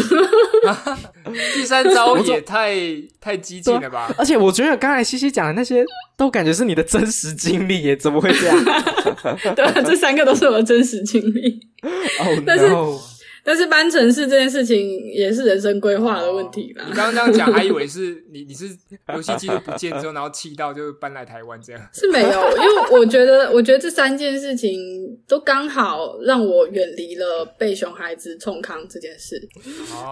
Speaker 1: 第三招也太太激进了吧？
Speaker 2: 而且我觉得刚才西西讲的那些，都感觉是你的真实经历耶，怎么会这样？
Speaker 3: 啊对，这三个都是我的真实经历。
Speaker 2: 哦，
Speaker 3: 但是
Speaker 2: no，
Speaker 3: 但是搬城市这件事情也是人生规划的问题啦
Speaker 1: 你。刚刚这样讲，还以为是你你是游戏机都不见之后，然后气到就搬来台湾这样。
Speaker 3: 是没有， 因为我觉得，我觉得这三件事情都刚好让我远离了被熊孩子冲康这件事。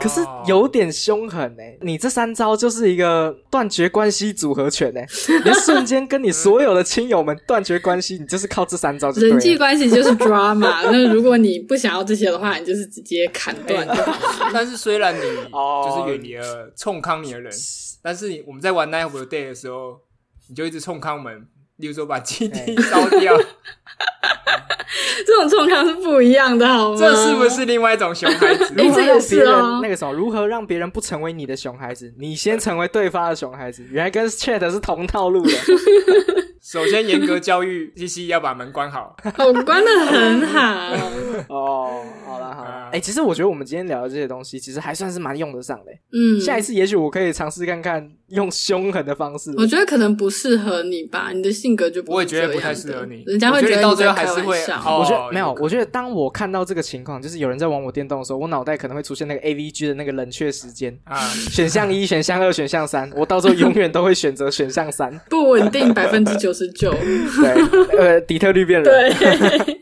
Speaker 2: 可是
Speaker 1: 哦
Speaker 2: 有点凶狠哎、你这三招就是一个断绝关系组合拳 哎、你瞬间跟你所有的亲友们断绝关系，你就是靠这三招就对了
Speaker 3: 人际关系就是 drama，那如果你不想要这些的话，你就是直接砍断
Speaker 1: 啊
Speaker 3: 就好。
Speaker 1: 但是虽然你
Speaker 2: 哦
Speaker 1: 就是远离了冲康你的人，但是你我们在玩 Night of the Day 的时候，你就一直冲康门，例如说把基地烧掉，
Speaker 3: 这种冲康是不一样的，好吗？
Speaker 1: 这是不？ 是另外一种熊孩子？
Speaker 3: 哎
Speaker 2: 如何
Speaker 3: 这也
Speaker 2: 让
Speaker 3: 是
Speaker 2: 别人、
Speaker 3: 哦
Speaker 2: 那个什么？如何让别人不成为你的熊孩子？你先成为对方的熊孩子。原来跟 Chat 是同套 路的。
Speaker 1: 首先严格教育西西要把门关好，
Speaker 3: 我哦关的很好，
Speaker 2: 哦，好啦好啦，
Speaker 1: 啊
Speaker 2: 哎、其实我觉得我们今天聊的这些东西，其实还算是蛮用得上的、
Speaker 3: 嗯，
Speaker 2: 下一次也许我可以尝试看看用凶狠的方式。
Speaker 3: 我觉得可能不适合你吧，你的性格就不
Speaker 1: 我也
Speaker 3: 是
Speaker 1: 觉得
Speaker 3: 这
Speaker 1: 不太
Speaker 3: 样
Speaker 1: 适
Speaker 3: 的
Speaker 1: 合你
Speaker 3: 人家会
Speaker 1: 我觉得
Speaker 3: 得
Speaker 1: 到
Speaker 3: 你
Speaker 1: 最
Speaker 3: 在
Speaker 1: 后还
Speaker 3: 开
Speaker 1: 是
Speaker 3: 玩
Speaker 1: 会
Speaker 3: 笑
Speaker 1: 哦
Speaker 2: 我觉得没
Speaker 1: 有
Speaker 2: 有，
Speaker 1: 可能
Speaker 2: 我觉得当我看到这个情况，就是有人在玩我电动的时候，我脑袋可能会出现 那个 A V G 的那个冷却时间，
Speaker 1: 啊，
Speaker 2: 选项一、选项二、选项三，我到时候永远都会选择选 项三。
Speaker 3: 不稳定百分之九十九，
Speaker 2: 对，呃，底特律变人。
Speaker 3: 对，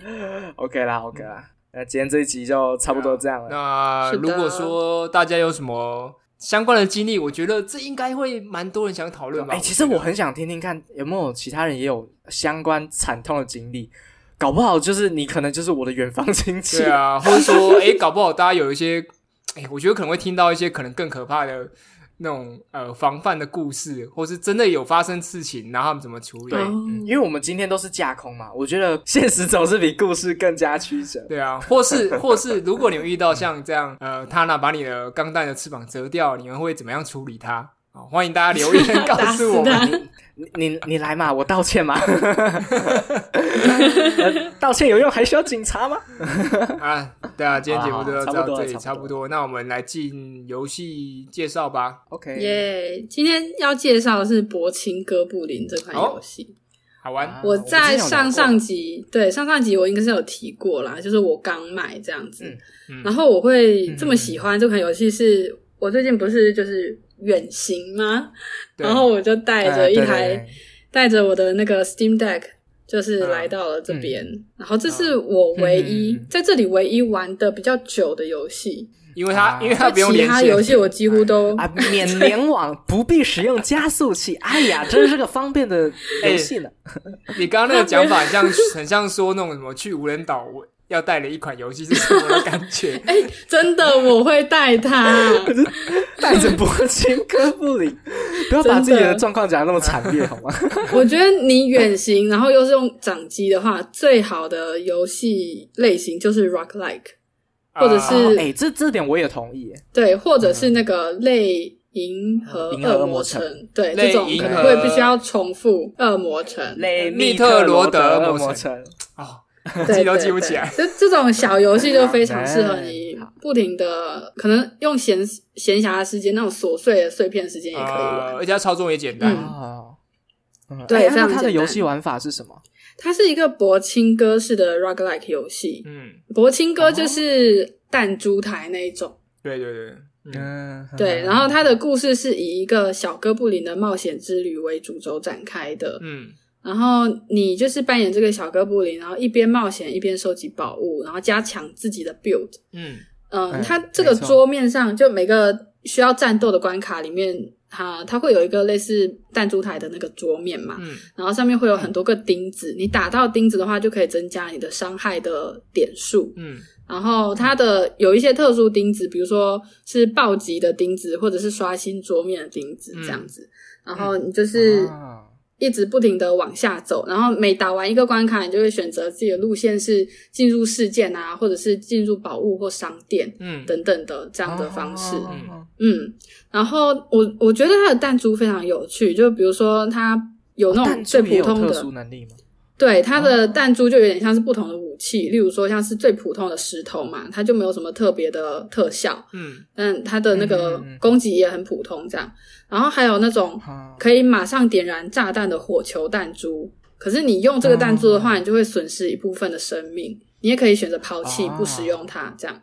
Speaker 4: OK 啦，OK 啦，那今天这一集就差不多这样了。
Speaker 1: 那
Speaker 3: 是的
Speaker 1: 如果说大家有什么相关的经历，我觉得这应该会蛮多人想讨论吧。
Speaker 4: 哎、其实我很想听听看，有没有其他人也有相关惨痛的经历？搞不好就是你，可能就是我的远方亲戚。
Speaker 1: 对 啊，或者说，哎、搞不好大家有一些，哎、我觉得可能会听到一些可能更可怕的那种呃防范的故事，或是真的有发生事情，然后他们怎么处理？
Speaker 3: 哦
Speaker 4: 因为我们今天都是架空嘛，我觉得现实总是比故事更加曲折。
Speaker 1: 对啊，或是 或是，如果你有遇到像这样，呃，他呢把你的钢弹的翅膀折掉，你们会怎么样处理它？啊、欢迎大家留 言告
Speaker 3: 打
Speaker 1: 诉我
Speaker 3: 死
Speaker 1: 们。
Speaker 3: 他，
Speaker 4: 你你你来嘛，我道歉嘛。 呃道歉有用？还需要警察吗？
Speaker 1: 啊，对啊，今天节目就
Speaker 4: 好好好差
Speaker 1: 到
Speaker 4: 不多
Speaker 1: 这
Speaker 4: 了
Speaker 1: 里，差
Speaker 4: 差不多
Speaker 1: 不多。那我们来进游戏介绍吧。
Speaker 4: OK，、
Speaker 3: 耶！今天要介绍的是《薄情哥布林》这款游戏。
Speaker 1: 好玩，
Speaker 4: 啊
Speaker 3: 我在
Speaker 4: 哦我之前
Speaker 3: 上上
Speaker 4: 有聊过
Speaker 3: 集，对上上集我应该是有提过啦，就是我刚买这样子。
Speaker 4: 嗯
Speaker 1: 嗯
Speaker 3: 然后我会这么喜欢这款游戏是，我最近不是就是远行吗？
Speaker 1: 对
Speaker 3: 然后我就带着
Speaker 4: 哎对
Speaker 3: 一
Speaker 4: 对
Speaker 3: 台
Speaker 4: 对
Speaker 3: 带着我的那个 Steam Deck，就是来到了这边。然后这是我唯
Speaker 4: 嗯
Speaker 3: 一、
Speaker 4: 嗯嗯嗯
Speaker 3: 在这里唯一玩的比较久的 游戏，
Speaker 1: 因为它、
Speaker 4: 啊
Speaker 1: 因为它不用
Speaker 3: 其
Speaker 1: 连
Speaker 3: 他
Speaker 1: 线
Speaker 3: 游，戏我几 乎都。
Speaker 4: 哎
Speaker 2: 啊，免联网，不必使用加速器。哎呀，真是个方便的游戏呢。
Speaker 1: 你刚刚那个讲法很像 很像说那种什么去无人岛我要带的一款游戏是什么的感觉
Speaker 3: 哎、真的我会带它。
Speaker 2: 带着薄情哥布林，
Speaker 4: 不要把自己
Speaker 3: 真
Speaker 4: 的
Speaker 3: 的
Speaker 4: 状况讲得那么惨烈好 吗？
Speaker 3: 我觉得你远行，然后又是用掌机的话，最好的游戏类型就是 rock like，或者
Speaker 1: 啊
Speaker 3: 是
Speaker 4: 哎、这这点我也同意耶。
Speaker 3: 对，或者是那个类银河
Speaker 4: 银河
Speaker 3: 恶
Speaker 4: 恶
Speaker 3: 魔
Speaker 4: 魔
Speaker 3: 城
Speaker 4: 城，
Speaker 3: 对，
Speaker 1: 类
Speaker 3: 这种
Speaker 1: 银
Speaker 3: 可能
Speaker 1: 河
Speaker 3: 会必须要重复恶魔城，
Speaker 4: 雷
Speaker 1: 密
Speaker 4: 呃密
Speaker 1: 特罗
Speaker 4: 罗
Speaker 1: 德
Speaker 4: 恶
Speaker 1: 魔
Speaker 4: 魔
Speaker 1: 城
Speaker 4: 城，
Speaker 1: 哦，
Speaker 3: 对
Speaker 1: 自己都
Speaker 3: 对
Speaker 1: 记不
Speaker 3: 对
Speaker 1: 起来。
Speaker 3: 这这种小游戏就非常适合你，不停的可能用闲闲暇的时间，那种琐碎的碎片时间也可以玩。
Speaker 1: 呃，而且它操作也简单。
Speaker 3: 嗯
Speaker 4: 哦，嗯
Speaker 3: 对
Speaker 4: 哎
Speaker 3: 非常
Speaker 4: 那它的
Speaker 3: 简单
Speaker 4: 游戏玩法是什么？
Speaker 3: 它是一个薄青哥式的 rock like 游戏，
Speaker 1: 嗯，
Speaker 3: 薄青哥就是弹珠台那一种。
Speaker 1: 对对对，嗯，
Speaker 4: 嗯，
Speaker 3: 对，然后他的故事是以一个小哥布林的冒险之旅为主轴展开的。
Speaker 1: 嗯
Speaker 3: 然后你就是扮演这个小哥布林，然后一边冒险一边收集宝物，然后加强自己的 build。
Speaker 1: 嗯
Speaker 3: 嗯，
Speaker 4: 嗯
Speaker 3: 它这个
Speaker 4: 没错
Speaker 3: 桌面上就每个需要战斗的关卡里面，它它会有一个类似弹珠台的那个桌面嘛，
Speaker 1: 嗯
Speaker 3: 然后上面会有很多个钉子，你打到钉子的话，就可以增加你的伤害的点数。
Speaker 1: 嗯
Speaker 3: 然后它的有一些特殊钉子，比如说是暴击的钉子，或者是刷新桌面的钉子
Speaker 1: 嗯
Speaker 3: 这样子。然后你就是
Speaker 4: 啊
Speaker 3: 一直不停的往下走，然后每打完一个关卡，你就会选择自己的路线是进入事件啊，或者是进入宝物或商店
Speaker 1: 嗯，
Speaker 3: 等等的这样的方式。
Speaker 2: 哦
Speaker 4: 哦
Speaker 1: 嗯
Speaker 3: 嗯，然后我我觉得它的弹珠非常有趣，就比如说它有那种
Speaker 4: 但
Speaker 3: 最
Speaker 4: 这哦也
Speaker 3: 普
Speaker 4: 有
Speaker 3: 通
Speaker 4: 特
Speaker 3: 的
Speaker 4: 殊，能力吗？
Speaker 3: 对，它
Speaker 4: 哦
Speaker 3: 的弹珠就有点像是不同的武器，例如说像是最普通的石头嘛，它就没有什么特别的特效，
Speaker 1: 嗯
Speaker 3: 但它的那个
Speaker 4: 嗯嗯嗯
Speaker 3: 攻击也很普通这样。然后还有那种
Speaker 4: 啊，
Speaker 3: 可以马上点燃炸弹的火球弹珠，可是你用这个弹珠的话，你就会损失一部分的生命，你也可以选择抛弃
Speaker 4: 哦
Speaker 3: 不使用它这样。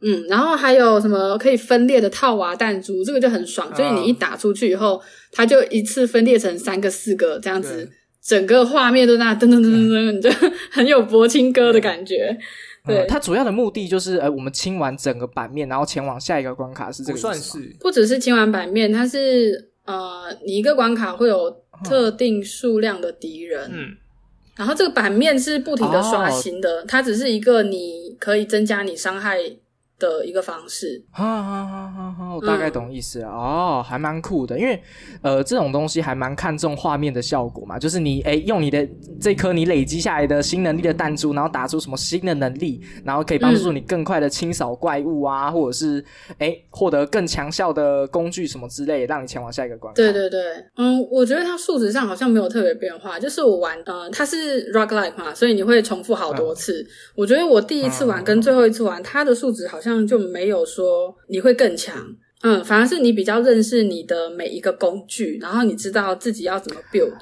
Speaker 3: 嗯，然后还有什么可以分裂的套娃弹珠，这个就很爽，就是你一打出去以后，它就一次分裂成三个、四个这样子
Speaker 1: 对，
Speaker 3: 整个画面都那噔噔噔噔噔，你就很有博青哥的感觉。对，
Speaker 2: 它主要的目的就是，呃，我们清完整个版面，然后前往下一个关卡，是
Speaker 1: 不
Speaker 2: 这个意思吗啊
Speaker 1: 算是
Speaker 3: 不只是清完版面，它是呃，你一个关卡会有特定数量的敌人，
Speaker 1: 嗯
Speaker 3: 然后这个版面是不停的刷
Speaker 2: 哦
Speaker 3: 新的，它只是一个你可以增加你伤害的一个方式。
Speaker 2: 啊啊啊啊
Speaker 3: 嗯
Speaker 2: 啊！我大概懂意思了、哦，还蛮酷的，因为呃，这种东西还蛮看重画面的效果嘛，就是你哎用你的这颗你累积下来的新能力的弹珠，然后打出什么新的能力，然后可以帮
Speaker 3: 嗯
Speaker 2: 助你更快的清扫怪物啊，或者是哎获得更强效的工具什么之类，让你前往下一个关卡。
Speaker 3: 对对对，嗯，我觉得它数值上好像没有特别变化，就是我玩，呃，它是 rock like 嘛，所以你会重复好多
Speaker 2: 嗯
Speaker 3: 次。我觉得我第一次玩跟最后一次玩，它的数值好像就没有说你会更强，嗯，反而是你比较认识你的每一个工具，然后你知道自己要怎么 build，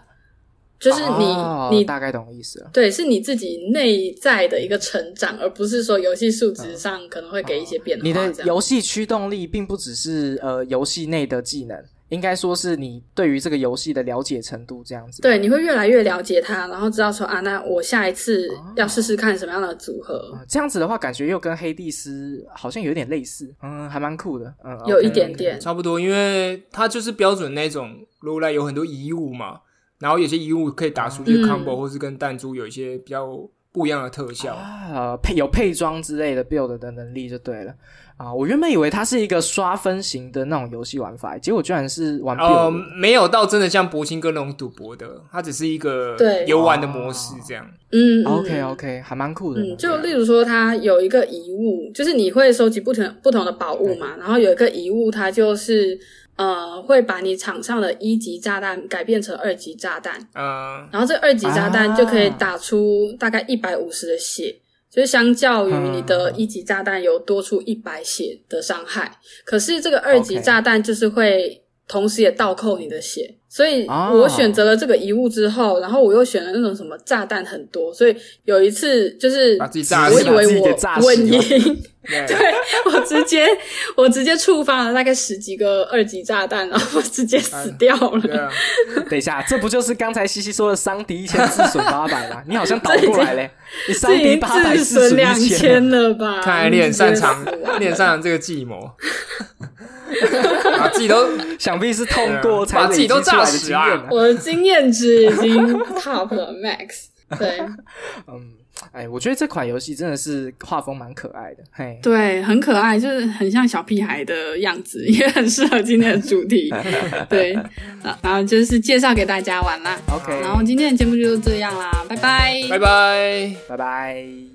Speaker 3: 就是你、
Speaker 2: 哦
Speaker 3: 你
Speaker 2: 大概懂意思了。
Speaker 3: 对，是你自己内在的一个成长，而不是说游戏数值上可能会给一些变化。
Speaker 2: 嗯哦你的
Speaker 3: 这样
Speaker 2: 游戏驱动力并不只是呃游戏内的技能，应该说是你对于这个游戏的了解程度这样子。
Speaker 3: 对，你会越来越了解它，然后知道说啊，那我下一次
Speaker 2: 哦
Speaker 3: 要试试看什么样的组合，
Speaker 2: 啊这样子的话，感觉又跟黑帝斯好像有点类似，嗯，还蛮酷的，嗯，
Speaker 3: 有
Speaker 2: OK，
Speaker 3: 一点点。
Speaker 1: 差不多，因为它就是标准那种 roll 来有很多遗物嘛，然后有些遗物可以打出一些
Speaker 3: 嗯
Speaker 1: combo，、或是跟弹珠有一些比较不一样的特效。
Speaker 2: 啊，配有配装之类的 build 的能力就对了啊。我原本以为它是一个刷分型的那种游戏玩法，结果居然是玩 build，、
Speaker 1: 哦、没有到真的像博青哥那种赌博的，它只是一个
Speaker 3: 对
Speaker 1: 游玩的模式这样。
Speaker 3: 嗯嗯
Speaker 2: OK OK，还蛮酷的呢。
Speaker 3: 嗯，就
Speaker 2: 对啊
Speaker 3: 例如说，它有一个遗物，就是你会收集不同不同的宝物
Speaker 2: 嗯
Speaker 3: 嘛，然后有一个遗物，它就是呃，会把你场上的一级炸弹改变成二级炸弹，
Speaker 1: 嗯、
Speaker 3: 然后这二级炸弹就可以
Speaker 2: 啊
Speaker 3: 打出大概一百五十的血，就是相较于你的
Speaker 2: 嗯
Speaker 3: 一级炸弹有多出一百血的伤害。可是这个二级
Speaker 2: OK
Speaker 3: 炸弹就是会同时也倒扣你的血，所以
Speaker 2: 啊
Speaker 3: 我选择了这个遗物之后，然后我又选了那种什么炸弹很多，所以有一次就是
Speaker 1: 把自己炸死
Speaker 3: 我以
Speaker 2: 把自
Speaker 3: 为
Speaker 2: 己
Speaker 3: 我
Speaker 2: 给炸死
Speaker 3: 稳
Speaker 2: 了
Speaker 3: 赢。
Speaker 1: 对，
Speaker 3: 啊我直接我直接触发了大概十几个二级炸弹，然后我直接死掉了。
Speaker 1: 对啊，
Speaker 2: 等一下，这不就是刚才西西说的伤敌一千自损八百吗？你好像倒过来嘞，你伤
Speaker 3: 这已
Speaker 2: 敌
Speaker 3: 经
Speaker 2: 八百
Speaker 3: 自
Speaker 2: 自
Speaker 3: 损
Speaker 2: 损
Speaker 3: 两
Speaker 2: 一千。
Speaker 3: 千了吧？
Speaker 1: 看来你很擅长
Speaker 3: 你直接死，
Speaker 1: 你很擅长这个计谋， 把自己都
Speaker 2: 想必是通过才
Speaker 1: 把自己都
Speaker 2: 累积出来
Speaker 1: 炸
Speaker 2: 的
Speaker 1: 死
Speaker 2: 经验
Speaker 1: 啊
Speaker 2: 啊
Speaker 3: 我的经验值已经 top 了 max。对
Speaker 2: 嗯，哎，我觉得这款游戏真的是画风蛮可爱的，嘿，
Speaker 3: 对，很可爱，就是很像小屁孩的样子，也很适合今天的主题。对，啊然后就是介绍给大家玩啦。
Speaker 2: OK，
Speaker 3: 然后今天的节目就这样啦，拜拜，
Speaker 1: 拜拜。
Speaker 2: 拜拜。